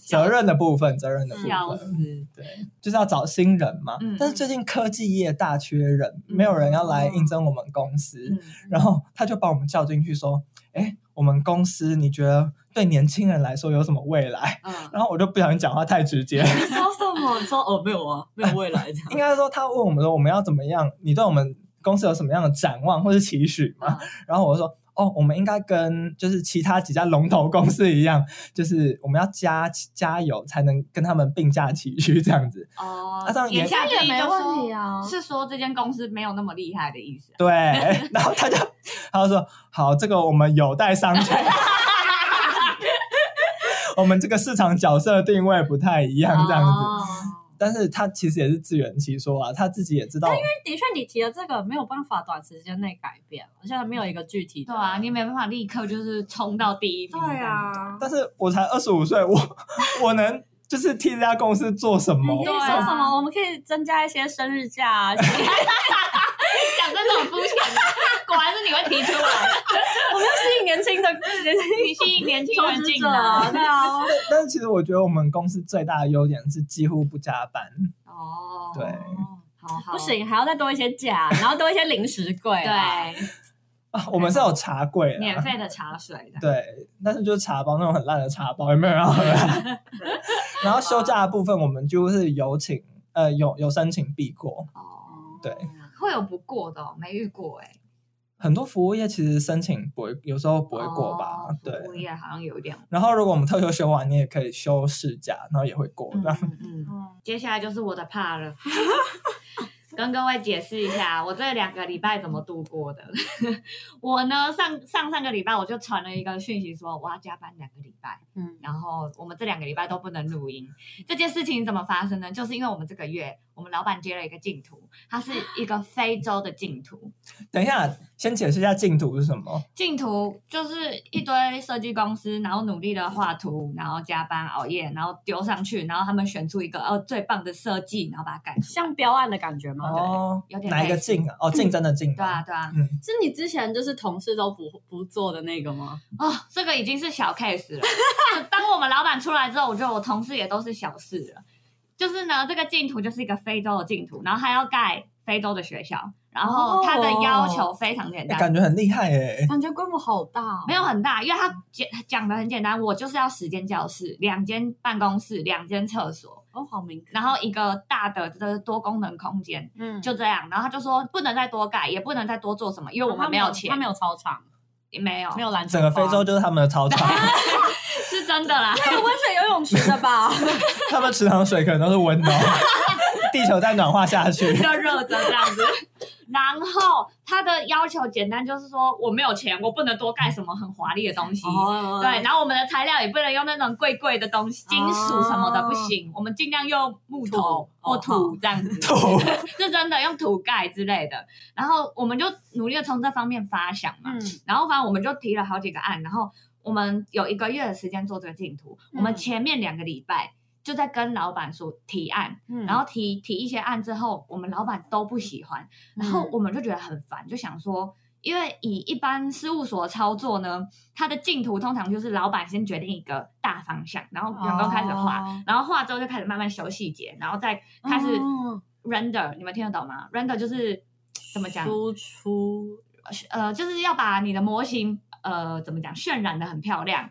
[SPEAKER 2] 责任的部分，责任的部
[SPEAKER 3] 笑
[SPEAKER 2] 分，
[SPEAKER 3] 死。
[SPEAKER 2] 对，就是要找新人嘛。
[SPEAKER 3] 嗯
[SPEAKER 2] 但是最近科技业大缺人，没有人要来应征我们公司，
[SPEAKER 3] 嗯，
[SPEAKER 2] 然后他就把我们叫进去说：“哎，我们公司你觉得对年轻人来说有什么未来？”
[SPEAKER 3] 嗯，
[SPEAKER 2] 然后我就不想讲话太直接，
[SPEAKER 1] 你说什么？你说哦，没有啊，没有未来 这样
[SPEAKER 2] 应。该说他问我们说我们要怎么样，你对我们公司有什么样的展望或是期许吗？然后我就说，哦，我们应该跟就是其他几家龙头公司一样，就是我们要加加油才能跟他们并驾齐驱这样子。
[SPEAKER 3] 哦
[SPEAKER 2] 啊那这样也
[SPEAKER 3] 言下之意就说
[SPEAKER 1] 啊
[SPEAKER 3] 是说这间公司没有那么厉害的意思啊。
[SPEAKER 2] 对，然后他就他就说，好，这个我们有待商榷。我们这个市场角色定位不太一样，这样子。
[SPEAKER 3] 哦
[SPEAKER 2] 但是他其实也是自圆其说啊，他自己也知道。
[SPEAKER 1] 的确，你提的这个没有办法短时间内改变，而且没有一个具体的。
[SPEAKER 3] 对啊，你没办法立刻就是冲到第一名。
[SPEAKER 1] 对，啊，
[SPEAKER 2] 但是我才二十五岁，我我能就是替这家公司做什么？
[SPEAKER 1] 你可以说什么？我们可以增加一些生日假 啊，我们
[SPEAKER 3] 讲这种肤浅的，啊果然是你会提出来，
[SPEAKER 1] 要吸引年轻的年轻
[SPEAKER 3] 你吸引年轻
[SPEAKER 1] 求
[SPEAKER 3] 人
[SPEAKER 1] 职
[SPEAKER 3] 进
[SPEAKER 1] 者
[SPEAKER 3] 来
[SPEAKER 1] 啊，。对啊。
[SPEAKER 2] 但是其实我觉得我们公司最大的优点是几乎不加班。
[SPEAKER 3] 哦，
[SPEAKER 2] 对
[SPEAKER 3] 好好，
[SPEAKER 1] 不，行，还要再多一些假，然后多一些零食柜啊。
[SPEAKER 3] 对，
[SPEAKER 2] 啊，我们是有茶柜
[SPEAKER 3] 免
[SPEAKER 2] 啦，
[SPEAKER 3] 费的茶水的，
[SPEAKER 2] 对，但是就是茶包那种很烂的茶包，有没有人要喝啊？然后休假的部分，我们就是有请，呃，有有申请必过，
[SPEAKER 3] 哦，
[SPEAKER 2] 对，
[SPEAKER 3] 会有不过的哦，没遇过哎，
[SPEAKER 2] 很多服务业其实申请不会，有时候不会过吧？
[SPEAKER 3] 哦
[SPEAKER 2] 对。
[SPEAKER 3] 我也好像有点。
[SPEAKER 2] 然后如果我们特休休完，你也可以休事假，然后也会过。
[SPEAKER 3] 嗯
[SPEAKER 2] 那、
[SPEAKER 3] 嗯嗯。 接下来就是我的怕了， 跟各位解释一下我这两个礼拜怎么度过的。 我呢，上上上个礼拜我就传了一个讯息说我要加班两个礼拜，
[SPEAKER 1] 嗯，
[SPEAKER 3] 然后我们这两个礼拜都不能录音。这件事情怎么发生呢？就是因为我们这个月我们老板接了一个净土，它是一个非洲的净土，
[SPEAKER 2] 等一下，先解释一下净土是什么。
[SPEAKER 3] 净土就是一堆设计公司，然后努力的画图，然后加班熬夜，然后丢上去，然后他们选出一个呃最棒的设计，然后把它改出来
[SPEAKER 1] 像标案的感觉吗？
[SPEAKER 2] 哦
[SPEAKER 3] 有，点
[SPEAKER 2] 哪一个
[SPEAKER 3] 类似
[SPEAKER 2] 竞啊？哦，竞争的竞。
[SPEAKER 3] 对啊，，对啊，
[SPEAKER 2] 嗯，
[SPEAKER 1] 是你之前就是同事都不不做的那个吗？
[SPEAKER 3] 哦，这个已经是小 case 了。 当我们老板出来之后，我觉得我同事也都是小事了。就是呢，这个净土就是一个非洲的净土，然后他要盖非洲的学校，然后他的要求非常简
[SPEAKER 2] 哦哎
[SPEAKER 3] 单，
[SPEAKER 2] 感觉很厉害耶。
[SPEAKER 1] 感觉规模好大、哦，
[SPEAKER 3] 没有很大，因为他讲讲的很简单，我就是要十间教室、两间办公室、两间厕所，
[SPEAKER 1] 哦，好明显。
[SPEAKER 3] 然后一个大的就是多功能空间，
[SPEAKER 1] 嗯
[SPEAKER 3] 就这样。然后他就说不能再多盖，也不能再多做什么，因为我
[SPEAKER 1] 哦他
[SPEAKER 3] 哦们没有钱，
[SPEAKER 1] 他没有操场，
[SPEAKER 3] 也没有，
[SPEAKER 1] 没有篮球，
[SPEAKER 2] 整个非洲。就是他们的操场，
[SPEAKER 3] 是真的 啦。
[SPEAKER 1] 有哎温水游泳池的 吧？
[SPEAKER 2] 他们池塘水可能都是温的哦，地球在暖化下去
[SPEAKER 3] 比。较热的这样子。然后他的要求简单，就是说我没有钱，我不能多盖什么很华丽的东西。
[SPEAKER 1] 哦
[SPEAKER 3] 对，，然后我们的材料也不能用那种贵贵的东西，金属什么的不行，我们尽量用木头
[SPEAKER 1] 哦土
[SPEAKER 3] 或土
[SPEAKER 1] 哦
[SPEAKER 3] 这样子，
[SPEAKER 2] 土
[SPEAKER 3] 是真的用土盖之类的。然后我们就努力的从这方面发想嘛，
[SPEAKER 1] 嗯，
[SPEAKER 3] 然后反正我们就提了好几个案，然后我们有一个月的时间做这个净土，我们
[SPEAKER 1] 嗯
[SPEAKER 3] 前面两个礼拜就在跟老板说提案，
[SPEAKER 1] 嗯
[SPEAKER 3] 然后提提一些案之后，我们老板都不喜欢，然
[SPEAKER 1] 嗯
[SPEAKER 3] 后我们就觉得很烦，就想说，因为以一般事务所操作呢，它的进图通常就是老板先决定一个大方向，然后员工开始画，
[SPEAKER 1] 哦
[SPEAKER 3] 然后画之后就开始慢慢修细节，然后再开始
[SPEAKER 1] 哦
[SPEAKER 3] render，你们听得懂吗？render 就是怎么讲？
[SPEAKER 1] 输出
[SPEAKER 3] 呃，就是要把你的模型呃怎么讲渲染的很漂亮，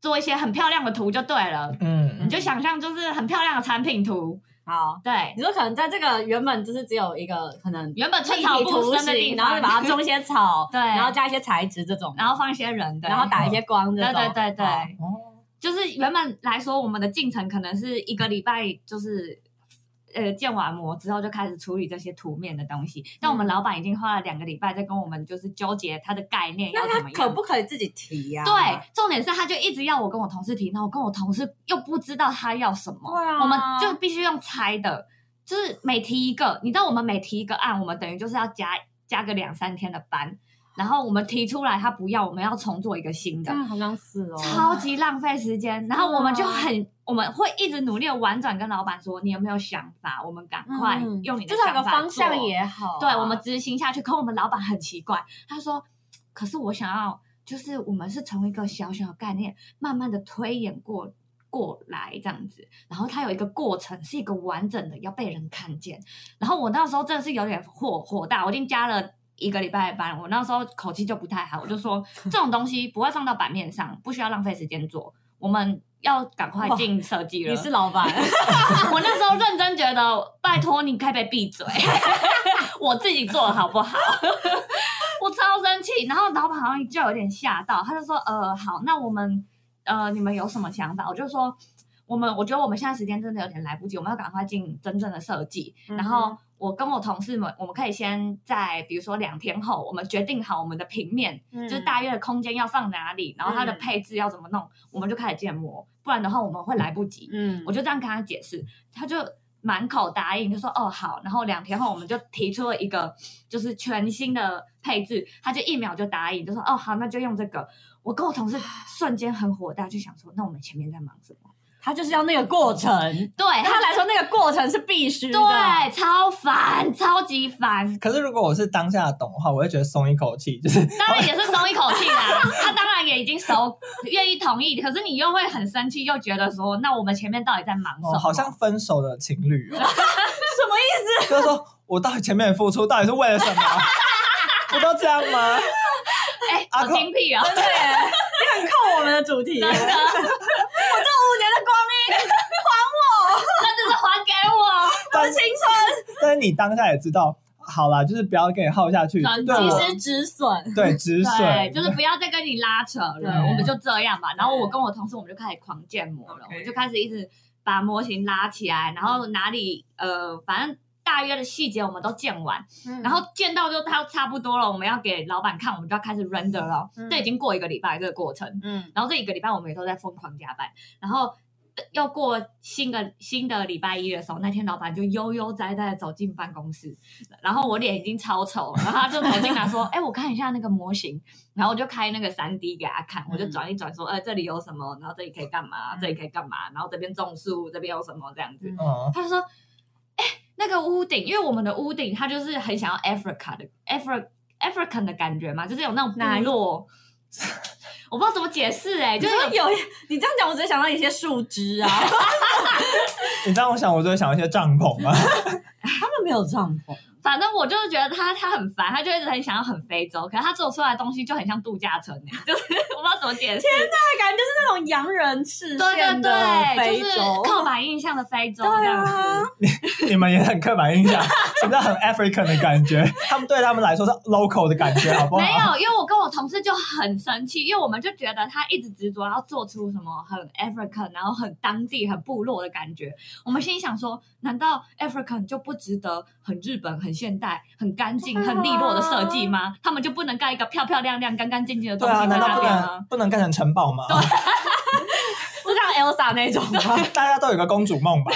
[SPEAKER 3] 做一些很漂亮的图就对了。你
[SPEAKER 2] 嗯，
[SPEAKER 3] 就想象就是很漂亮的产品图，
[SPEAKER 1] 好。
[SPEAKER 3] 对，
[SPEAKER 1] 你说可能在这个原本就是只有一个可能
[SPEAKER 3] 原本寸草
[SPEAKER 1] 立体
[SPEAKER 3] 不
[SPEAKER 1] 图
[SPEAKER 3] 生的地
[SPEAKER 1] 形
[SPEAKER 3] 方，
[SPEAKER 1] 然后就把它种一些草，
[SPEAKER 3] 对
[SPEAKER 1] 然后加一些材质这种，
[SPEAKER 3] 然后放一些人的，
[SPEAKER 1] 然后打一些光这
[SPEAKER 3] 对
[SPEAKER 1] 种，
[SPEAKER 3] 对对对，
[SPEAKER 1] 哦
[SPEAKER 2] 哦，
[SPEAKER 3] 就是原本来说，我们的进程可能是一个礼拜，就是呃建完模之后就开始处理这些图面的东西，但我
[SPEAKER 1] 嗯
[SPEAKER 3] 们老板已经花了两个礼拜在跟我们就是纠结他的概念要
[SPEAKER 1] 那
[SPEAKER 3] 怎
[SPEAKER 1] 他
[SPEAKER 3] 么
[SPEAKER 1] 可
[SPEAKER 3] 样。
[SPEAKER 1] 不可以自己提呀、
[SPEAKER 3] 对，，重点是他就一直要我跟我同事提，那我跟我同事又不知道他要什么，
[SPEAKER 1] 对啊
[SPEAKER 3] 我们就必须用猜的，就是每提一个，你知道我们每提一个案，我们等于就是要加加个两三天的班，然后我们提出来他不要，我们要重做一个新
[SPEAKER 1] 这
[SPEAKER 3] 的，
[SPEAKER 1] 样好像是哦，
[SPEAKER 3] 超级浪费时间。然后我们就很，
[SPEAKER 1] 嗯
[SPEAKER 3] 我们会一直努力地婉转跟老板说，你有没有想法？我们赶快
[SPEAKER 1] 嗯
[SPEAKER 3] 用你的
[SPEAKER 1] 至少
[SPEAKER 3] 想
[SPEAKER 1] 有个
[SPEAKER 3] 法
[SPEAKER 1] 方向
[SPEAKER 3] 做
[SPEAKER 1] 也好啊、
[SPEAKER 3] 对我们执行下去。可我们老板很奇怪，他说：“可是我想要，就是我们是从一个小小的概念，慢慢的推演过过来这样子，然后它有一个过程，是一个完整的，要被人看见。”然后我那时候真的是有点火火大，我已经加了。一个礼拜的班，我那时候口气就不太好，我就说这种东西不会放到版面上，不需要浪费时间做，我们要赶快
[SPEAKER 1] 哇
[SPEAKER 3] 进设计了。
[SPEAKER 1] 你是老板，
[SPEAKER 3] 我那时候认真觉得，拜托你可以被闭嘴， 我自己做的好不好？ 我超生气，然后老板好像就有点吓到，他就说：“呃，好，那我们呃，你们有什么想法？”我就说：“我们我觉得我们现在时间真的有点来不及，我们要赶快进真正的设计。然后我跟我同事们，我们可以先在比如说两天后，我们决定好我们的平面，
[SPEAKER 1] 就
[SPEAKER 3] 就是大约的空间要放哪里，然后它的
[SPEAKER 1] 嗯
[SPEAKER 3] 配置要怎么弄，我们就开始建模，不然的话我们会来不及。
[SPEAKER 1] 嗯
[SPEAKER 3] 我就这样跟他解释，他就满口答应，就说哦好。然后两天后，我们就提出了一个就是全新的配置，他就一秒就答应，就说哦好，那就用这个。我跟我同事瞬间很火大，就想说那我们前面在忙什么？
[SPEAKER 1] 他就是要那个过程，
[SPEAKER 3] 对
[SPEAKER 1] 对他来说那个过程是必须的，
[SPEAKER 3] 哎对，超烦，超级烦。
[SPEAKER 2] 可是如果我是当下懂的话，我会觉得松一口气，就是
[SPEAKER 3] 当然也是松一口气啦，
[SPEAKER 2] 哦
[SPEAKER 3] 他当然也已经熟，愿意同意。可是你又会很生气，又觉得说，那我们前面到底在忙什么？
[SPEAKER 2] 哦，好像分手的情侣哦，
[SPEAKER 1] 什么意
[SPEAKER 2] 就是说我到底前面的付出到底是为了 什么？不都这样吗？
[SPEAKER 3] 哎、
[SPEAKER 2] 阿
[SPEAKER 3] 好
[SPEAKER 2] 扣
[SPEAKER 3] 精辟哦、
[SPEAKER 1] 思？对，你很扣我们的主题，
[SPEAKER 3] 真的，我这五年的光阴还我，真的是还给我。
[SPEAKER 2] 但
[SPEAKER 1] 青春，
[SPEAKER 2] 但是你当下也知道，好啦，就是不要给你耗下去。
[SPEAKER 1] 转
[SPEAKER 2] 对我
[SPEAKER 1] 及时止损，
[SPEAKER 2] 对止
[SPEAKER 3] 对，
[SPEAKER 2] 损，
[SPEAKER 3] 就是不要再跟你拉扯
[SPEAKER 1] 对
[SPEAKER 3] 了，我们就这样吧。然后
[SPEAKER 1] 对
[SPEAKER 3] 我跟我同事，我们就开始狂建模了，我
[SPEAKER 1] OK
[SPEAKER 3] 们就开始一直把模型拉起来，然后哪里呃，反正大约的细节我们都建完，然后建到就它差不多了，我们要给老板看，我们就要开始 render 了。
[SPEAKER 1] 嗯
[SPEAKER 3] 这已经过一个礼拜这个过程，
[SPEAKER 1] 嗯
[SPEAKER 3] 然后这一个礼拜我们也都在疯狂加班，然后。呃要过新的新的礼拜一的时候，那天老板就悠悠哉哉的走进办公室，然后我脸已经超丑了，然后他就走进来说：“ 哎、我看一下那个模型。”然后我就开那个三 D 给他看，我就
[SPEAKER 1] 嗯
[SPEAKER 3] 转一转说：“呃，这里有什么？然后这里可以干嘛？
[SPEAKER 1] 嗯
[SPEAKER 3] 这里可以干嘛？然后这边种树，这边有什么这样子。”
[SPEAKER 2] 嗯，
[SPEAKER 3] 他就说：“哎、那个屋顶，因为我们的屋顶，它就是很想要 Africa 的 Afri African 的感觉嘛，就是有那种
[SPEAKER 1] 哪
[SPEAKER 3] 部
[SPEAKER 1] 一
[SPEAKER 3] 落。 我不知道怎么解释哎、
[SPEAKER 1] 就
[SPEAKER 3] 就是是有
[SPEAKER 1] 有你这样讲，我只是想到一些树枝啊，
[SPEAKER 2] 你让我想，我就会想一些帐篷啊，
[SPEAKER 1] 他们没有帐篷，
[SPEAKER 3] 反正我就是觉得他他很烦，他就一直很想要很非洲，可是他做出来的东西就很像度假村哎、就是 我不知道怎么解释。
[SPEAKER 1] 那感觉就是那种洋人视
[SPEAKER 3] 对对
[SPEAKER 1] 线的
[SPEAKER 3] 对，
[SPEAKER 1] 非
[SPEAKER 3] 就是
[SPEAKER 1] 洲，
[SPEAKER 3] 刻板印象的非洲这
[SPEAKER 1] 对
[SPEAKER 3] 样子。
[SPEAKER 1] 啊，
[SPEAKER 2] 你们也很刻板印 象，什么叫很 African 的感觉？他们对他们来说是 local 的感觉，好不好？
[SPEAKER 3] 没有，因为我跟我同事就很生气，因为我们就觉得他一直执着要做出什么很 African，然后很当地、很部落的感觉。我们心想说，难道 African 就不值得很日本、很现代、很干净、
[SPEAKER 1] 对啊
[SPEAKER 3] 很利落的设计吗？他们就不能盖一个漂漂亮亮、干干净净的东
[SPEAKER 2] 对
[SPEAKER 3] 西
[SPEAKER 2] 啊，
[SPEAKER 3] 在
[SPEAKER 2] 难道
[SPEAKER 3] 那
[SPEAKER 2] 不
[SPEAKER 3] 边
[SPEAKER 2] 能
[SPEAKER 3] 吗？
[SPEAKER 2] 不能干成城堡吗？
[SPEAKER 1] 就像 Elsa 那
[SPEAKER 2] 哦
[SPEAKER 1] 种吗？
[SPEAKER 2] 大家都有个公主梦 吧？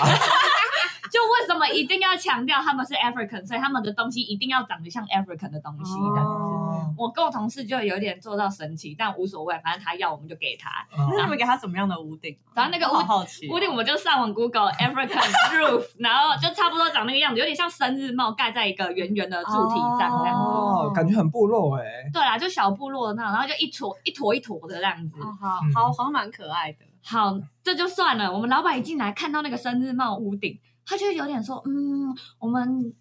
[SPEAKER 3] 就为什么一定要强调他们是 African，所以他们的东西一定要长得像 African 的东西这样子？
[SPEAKER 1] 哦
[SPEAKER 3] 我跟我同事就有点做到神奇，但无所谓，反正他要我们就给他。
[SPEAKER 1] 那
[SPEAKER 2] 嗯
[SPEAKER 1] 你们给他什么样的屋顶？啊
[SPEAKER 3] 反正那个屋
[SPEAKER 1] 我好好奇哦，
[SPEAKER 3] 屋顶我们就上网 Google African roof，然后就差不多长那个样子，有点像生日帽盖在一个圆圆的柱体上这样子。
[SPEAKER 2] 哦，感觉很部落哎、
[SPEAKER 3] 对啦，就小部落的那种，然后就一坨一坨一坨的这样子。
[SPEAKER 1] 哦好
[SPEAKER 2] 嗯
[SPEAKER 1] 好好像蛮可爱的，
[SPEAKER 3] 好，这就算了。我们老板一进来看到那个生日帽屋顶，他就有点说：“嗯，我们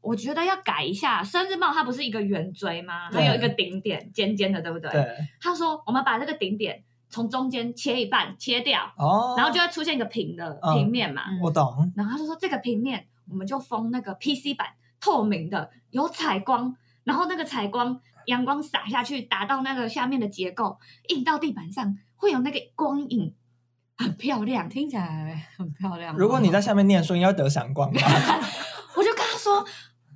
[SPEAKER 3] 我觉得要改一下生日帽，它不是一个圆锥吗？它
[SPEAKER 2] 对
[SPEAKER 3] 有一个顶点，尖尖的，对不对？”
[SPEAKER 2] 对，
[SPEAKER 3] 他说：“我们把这个顶点从中间切一半，切掉，
[SPEAKER 2] 哦，
[SPEAKER 3] 然后就会出现一个平的、
[SPEAKER 2] 嗯
[SPEAKER 3] 平面嘛。
[SPEAKER 1] 嗯
[SPEAKER 2] 我懂，
[SPEAKER 3] 然后他就说这个平面我们就封那个 PC 版，透明的，有采光，然后那个采光阳光洒下去，打到那个下面的结构，映到地板上，会有那个光影，很漂亮。
[SPEAKER 1] 听起来很漂亮。
[SPEAKER 2] 如果你在下面念书，应该会得闪光
[SPEAKER 3] 嗯
[SPEAKER 2] 吧？
[SPEAKER 3] 我就跟他说，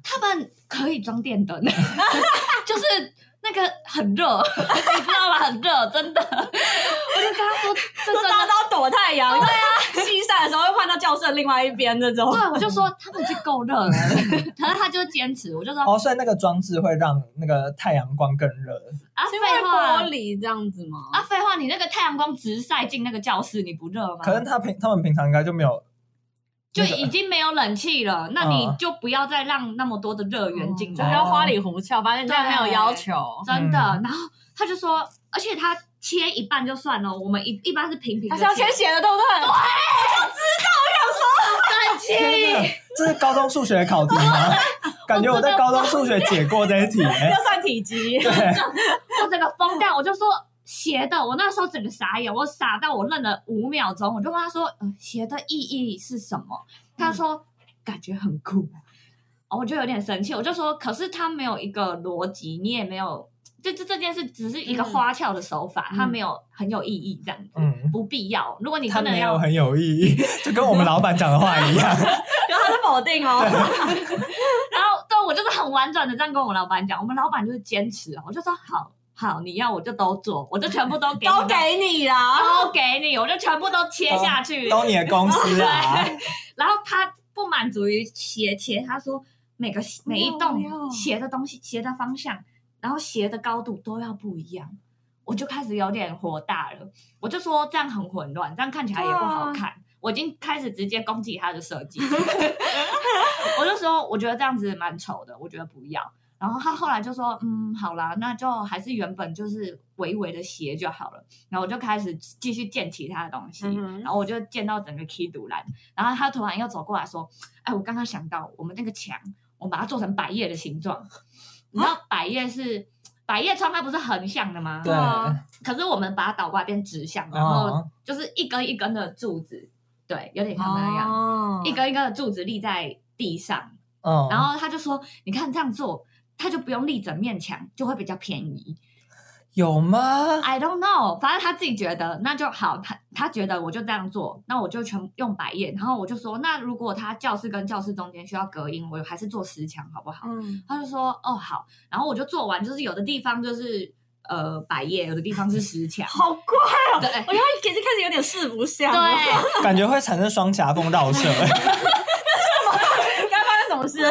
[SPEAKER 3] 他们可以装电灯， 就是那个很热， 你知道吗？很热，真的。我就跟他说，这
[SPEAKER 1] 就
[SPEAKER 3] 真
[SPEAKER 1] 大
[SPEAKER 3] 的
[SPEAKER 1] 家。都躲太阳，对啊，西晒的时候会换到教室的另外一边这种。
[SPEAKER 3] 对，我就说他们是够热了， 可是他就坚持，我就说
[SPEAKER 2] 哦，所以那个装置会让那个太阳光更热。
[SPEAKER 3] 啊，
[SPEAKER 1] 是因为
[SPEAKER 3] 废话，
[SPEAKER 1] 玻璃这样子吗？
[SPEAKER 3] 啊，废话，你那个太阳光直晒进那个教室，你不热吗？
[SPEAKER 2] 可是他平他们平常应该就没有
[SPEAKER 3] 就
[SPEAKER 2] 那个
[SPEAKER 3] 已经没有冷气了，那你
[SPEAKER 2] 嗯
[SPEAKER 3] 就不要再让那么多的热源进
[SPEAKER 1] 就不
[SPEAKER 2] 就不
[SPEAKER 3] 来，
[SPEAKER 1] 要
[SPEAKER 2] 要
[SPEAKER 1] 花
[SPEAKER 2] 花
[SPEAKER 1] 里
[SPEAKER 2] 里
[SPEAKER 1] 胡哨，反正
[SPEAKER 3] 这
[SPEAKER 1] 这
[SPEAKER 3] 样
[SPEAKER 1] 样
[SPEAKER 3] 没
[SPEAKER 1] 没
[SPEAKER 3] 有
[SPEAKER 1] 有
[SPEAKER 3] 要
[SPEAKER 1] 要
[SPEAKER 3] 求
[SPEAKER 1] 求。
[SPEAKER 3] 真的。
[SPEAKER 2] 嗯
[SPEAKER 3] 然后他就说，而且他切一半就算了，我们一一般是平平
[SPEAKER 1] 他
[SPEAKER 3] 的
[SPEAKER 1] 是
[SPEAKER 3] 切，
[SPEAKER 1] 要先写的，对不对？
[SPEAKER 2] 天
[SPEAKER 3] 哎
[SPEAKER 2] 哪这是高中数学考题吗？ 感觉我在高中数学解过这一题、欸。
[SPEAKER 1] 要算体积。
[SPEAKER 2] 对，
[SPEAKER 3] 我整个疯掉，我就说斜的，我那时候整个傻眼，我傻到我愣了五秒钟，我就问他说，呃，斜的意义是什么？他说、感觉很酷，哦我就有点生气，我就说，可是他没有一个逻辑，你也没有。这这这件事只是一个
[SPEAKER 1] 嗯
[SPEAKER 3] 花俏的手法，
[SPEAKER 1] 嗯
[SPEAKER 3] 它没有很有意义，这样子、
[SPEAKER 2] 嗯，
[SPEAKER 3] 不必要。如果你
[SPEAKER 2] 他
[SPEAKER 3] 真的
[SPEAKER 2] 没
[SPEAKER 3] 要
[SPEAKER 2] 有很有意义，就跟我们老板讲的话一 样。
[SPEAKER 1] 然后他是否定哦，
[SPEAKER 3] 然后对我就是很婉转的这样跟我们老板讲，我们老板就是坚持，哦我就说好好，你要我就都做，我就全部都给你
[SPEAKER 1] 都给你啦。
[SPEAKER 3] 都给你，我就全部都切下去。
[SPEAKER 2] 都哦你的公司啊，
[SPEAKER 3] 然后他不满足于斜切，他说每个每一
[SPEAKER 1] 不要
[SPEAKER 3] 栋
[SPEAKER 1] 不要
[SPEAKER 3] 斜的东西、斜的方向，然后斜的高度都要不一样。我就开始有点火大了，我就说这样很混乱，这样看起来也不好看。我已经开始直接攻击他的设计，我就说我觉得这样子蛮丑的，我觉得不要。然后他后来就说，嗯，好啦，那就还是原本就是微微的斜就好了。然后我就开始继续建其他的东西，
[SPEAKER 1] 嗯哼
[SPEAKER 3] 然后我就建到整个 key 独栏。然后他突然又走过来说，哎，我刚刚想到我们那个墙，我把它做成百叶的形状。你知道百叶是百叶窗，它不是横向的吗？
[SPEAKER 2] 对，
[SPEAKER 1] 啊
[SPEAKER 3] 可是我们把它倒过来变直向，然后
[SPEAKER 2] 哦，
[SPEAKER 3] 就是一根一根的柱子，对，有点像那样，
[SPEAKER 1] 哦
[SPEAKER 3] 一根一根的柱子立在地上，
[SPEAKER 2] 嗯，
[SPEAKER 3] 然后他就说，你看这样做，他就不用立整面墙，就会比较便宜。
[SPEAKER 2] 有吗？
[SPEAKER 3] I don't know，反正他自己觉得那就好，他他觉得我就这样做，那我就全用百叶，然后我就说，那如果他教室跟教室中间需要隔音，我还是做石墙好不好？
[SPEAKER 1] 嗯，
[SPEAKER 3] 他就说，哦好，然后我就做完，就是有的地方就是呃百叶，有的地方是石墙，
[SPEAKER 1] 好怪哦！
[SPEAKER 3] 对
[SPEAKER 1] 我觉得已经开始有点四不像了。
[SPEAKER 3] 对，
[SPEAKER 2] 感觉会产生双夹缝倒 车。
[SPEAKER 1] 刚刚发生什么事？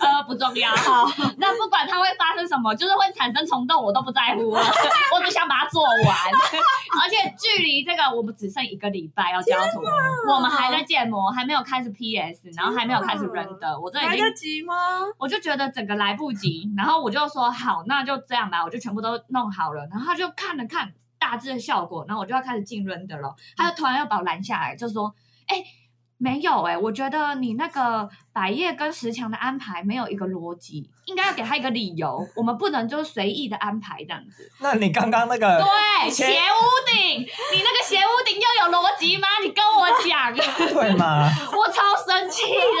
[SPEAKER 3] 呃不重要，
[SPEAKER 1] 好，
[SPEAKER 3] 那不管它会发生什么，就是会产生虫洞，我都不在乎了，啊我只想把它做完。 而且距离这个我们只剩一个礼拜要交图，我们还在建模，还没有开始 PS，然后还没有开始 render，我这已
[SPEAKER 1] 来
[SPEAKER 3] 经
[SPEAKER 1] 得及吗？
[SPEAKER 3] 我就觉得整个来不及，然后我就说好，那就这样吧，我就全部都弄好了，然后他就看了看大致的效果，然后我就要开始进 render 了，他就突然又把我拦下来，就说，哎、没有哎、我觉得你那个百叶跟石墙的安排没有一个逻辑，应该要给他一个理由，我们不能就是随意的安排这样子。
[SPEAKER 2] 那你刚刚那个，
[SPEAKER 3] 对，
[SPEAKER 2] 其
[SPEAKER 3] 斜
[SPEAKER 2] 实
[SPEAKER 3] 屋顶，你那个斜屋顶又有逻辑吗？你跟我讲，
[SPEAKER 2] 对吗？
[SPEAKER 3] 我超生气的。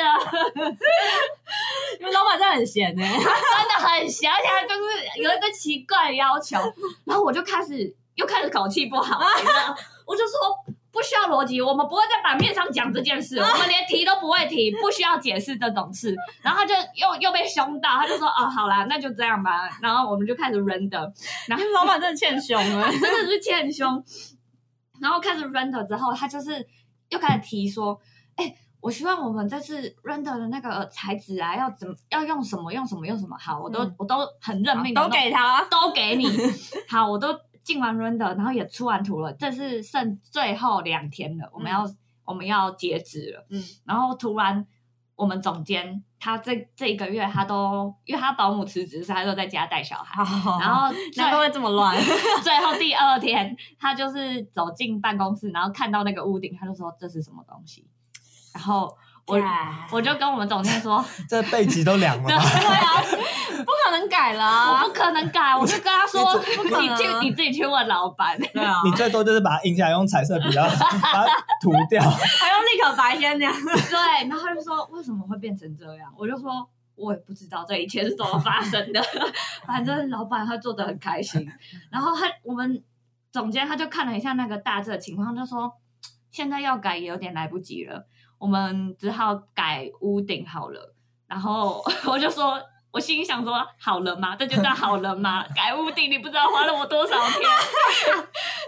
[SPEAKER 1] 因为老板真的很闲呢、
[SPEAKER 3] 真的很闲，而且他就是有一个奇怪的要求，然后我就开始又开始口气不好，你知道 我就说不需要逻辑，我们不会在版面上讲这件事，我们连提都不会提，不需要解释这种事。然后他就又又被凶到，他就说哦，好啦，那就这样吧。然后我们就开始 render，然后
[SPEAKER 1] 老板真的欠凶了。
[SPEAKER 3] 真的是欠凶。然后开始 render 之后，他就是又开始提说，哎、我希望我们这次 render 的那个材质啊，要怎么要用什么用什么用什么。好，我都、
[SPEAKER 1] 嗯
[SPEAKER 3] 我都很认命地
[SPEAKER 1] 都
[SPEAKER 3] 弄，
[SPEAKER 1] 给他，
[SPEAKER 3] 都给你。 好，我都进完 render，然后也出完图了，这是剩最后两天了，我们要、我们要截止了。
[SPEAKER 1] 嗯，
[SPEAKER 3] 然后突然我们总监他这这一个月他都因为他保姆辞职，所以他都在家带小孩。
[SPEAKER 1] 好
[SPEAKER 3] 然后最
[SPEAKER 1] 难哦怪会这么乱。
[SPEAKER 3] 最 后第二天，他就是走进办公室，然后看到那个屋顶，他就说这是什么东西。然后 我我就跟我们总监说，
[SPEAKER 2] 这背脊都凉
[SPEAKER 3] 对
[SPEAKER 2] 了吧？
[SPEAKER 3] 啊，
[SPEAKER 1] 不可能改了
[SPEAKER 3] 我
[SPEAKER 1] 啊，
[SPEAKER 3] 不可能改，我就跟他说，
[SPEAKER 1] 可
[SPEAKER 3] 你
[SPEAKER 1] 能
[SPEAKER 3] 去你自己去问老板。
[SPEAKER 1] 对啊，
[SPEAKER 2] 你最多就是把它印下来，用彩色笔要把它涂掉。
[SPEAKER 1] 还要立刻白先那样。
[SPEAKER 3] 对，然后他就说为什么会变成这样？我就说。我也不知道这一切是怎么发生的， 反正老板他做的很开心。然后他我们总监他就看了一下那个大致的情况，就说现在要改也有点来不及了，我们只好改屋顶好了。然后 我就说，我心里想说，好了吗？这就叫好了吗？改屋顶你不知道花了我多少天。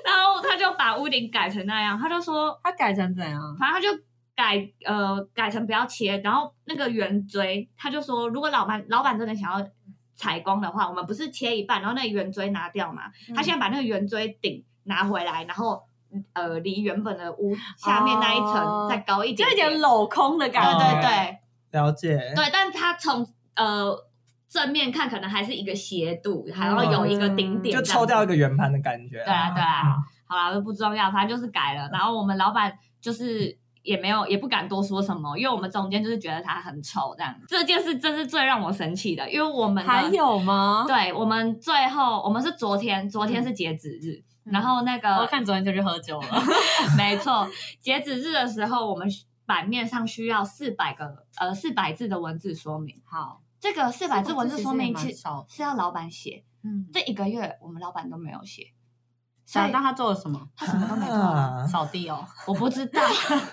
[SPEAKER 3] 然后他就把屋顶改成那样，他就说
[SPEAKER 1] 他改成怎样？
[SPEAKER 3] 反正他就改呃改成不要切，然后那个圆锥他就说，如果老板老板真的想要采光的话，我们不是切一半，然后那个圆锥拿掉嘛？
[SPEAKER 1] 嗯
[SPEAKER 3] 他现在把那个圆锥顶拿回来，然后呃离原本的屋下面那一层
[SPEAKER 1] 哦
[SPEAKER 3] 再高一
[SPEAKER 1] 就
[SPEAKER 3] 点
[SPEAKER 1] 有
[SPEAKER 3] 点，
[SPEAKER 1] 点镂空的
[SPEAKER 3] 对
[SPEAKER 1] 感
[SPEAKER 2] 哦
[SPEAKER 1] 觉。
[SPEAKER 3] 对 对
[SPEAKER 2] 了解，
[SPEAKER 3] 对，但他从呃。正面看可能还是一个斜度，还
[SPEAKER 1] 嗯
[SPEAKER 3] 要有一个顶点这
[SPEAKER 2] 就
[SPEAKER 3] 样子，
[SPEAKER 2] 抽掉一个圆盘的感觉。
[SPEAKER 3] 对啊，对啊，好啦，都不重要，反正就是改了。然后我们老板就是也没有，也不敢多说什么，因为我们中间就是觉得他很丑这样。这件事真是最让我生气的，因为我们的
[SPEAKER 1] 还有吗？
[SPEAKER 3] 对我们最后我们是昨天，昨天是截止日，
[SPEAKER 1] 嗯
[SPEAKER 3] 然后那
[SPEAKER 1] 我
[SPEAKER 3] 个
[SPEAKER 1] 看昨天就去喝酒了。
[SPEAKER 3] 没错，截止日的时候，我们版面上需要四百个呃四百字的文字说明。
[SPEAKER 1] 好，
[SPEAKER 3] 这个四百字 文字说明
[SPEAKER 1] 其实也蛮
[SPEAKER 3] 其
[SPEAKER 1] 少的
[SPEAKER 3] 是要老板写，
[SPEAKER 1] 嗯，
[SPEAKER 3] 这一个月我们老板都没有写，所
[SPEAKER 1] 想
[SPEAKER 3] 以
[SPEAKER 1] 到他做了什么？
[SPEAKER 3] 他什么都没做啊。
[SPEAKER 2] 啊，
[SPEAKER 1] 扫地哦，
[SPEAKER 3] 我不知道。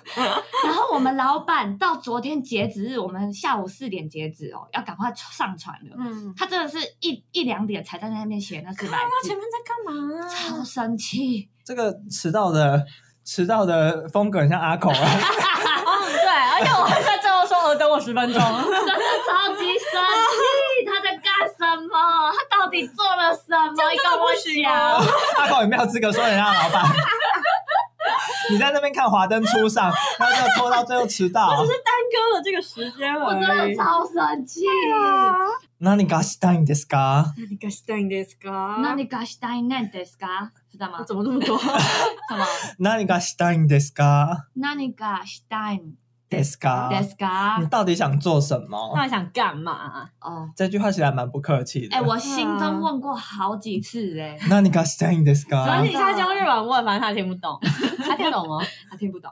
[SPEAKER 3] 然后我们老板到昨天截止日，我们下午四点截止哦，要赶快上传了。
[SPEAKER 1] 嗯，
[SPEAKER 3] 他真的是一一两点才在那边写那四百
[SPEAKER 1] 他前
[SPEAKER 3] 字，
[SPEAKER 1] 面在干嘛啊
[SPEAKER 3] 超 生气。
[SPEAKER 2] 这个迟到的迟到的风格很像阿口 啊，
[SPEAKER 1] 哦，对，而且我会在最后说，呃，等我十分 钟。
[SPEAKER 3] 真的超级生气，他在干什么？他到底做了什么？
[SPEAKER 1] 这样真
[SPEAKER 3] 你
[SPEAKER 1] 的
[SPEAKER 3] 跟我
[SPEAKER 1] 不行
[SPEAKER 3] 讲
[SPEAKER 1] 哦。
[SPEAKER 2] 阿口也没有资格说人家老板。 你在那边看华灯初上，然后就拖到最后迟到。
[SPEAKER 1] 耽搁了这个时间
[SPEAKER 3] 我真的超生气。
[SPEAKER 1] 哎
[SPEAKER 2] 那你 gas t i m ですか？
[SPEAKER 1] 那你该是んですか？
[SPEAKER 3] 那你搞したいなんですか？啊知道吗？
[SPEAKER 1] 啊怎么那么多？
[SPEAKER 3] 什么？
[SPEAKER 2] 那你 gas t i m ですか？
[SPEAKER 3] 那你搞したい
[SPEAKER 2] ですか？
[SPEAKER 3] ですか
[SPEAKER 2] 你？到底想做什么？
[SPEAKER 1] 到底想干嘛？
[SPEAKER 3] 啊
[SPEAKER 1] 啊
[SPEAKER 3] 哦，
[SPEAKER 2] 这句话其实还蛮不客气的。
[SPEAKER 3] 哎，我心中问过好几次哎。
[SPEAKER 2] 那你 gas t i m です
[SPEAKER 1] 所以
[SPEAKER 2] か
[SPEAKER 1] 你？现在教日本问，反正他也听不懂， 他听得懂吗？
[SPEAKER 3] 他听不懂，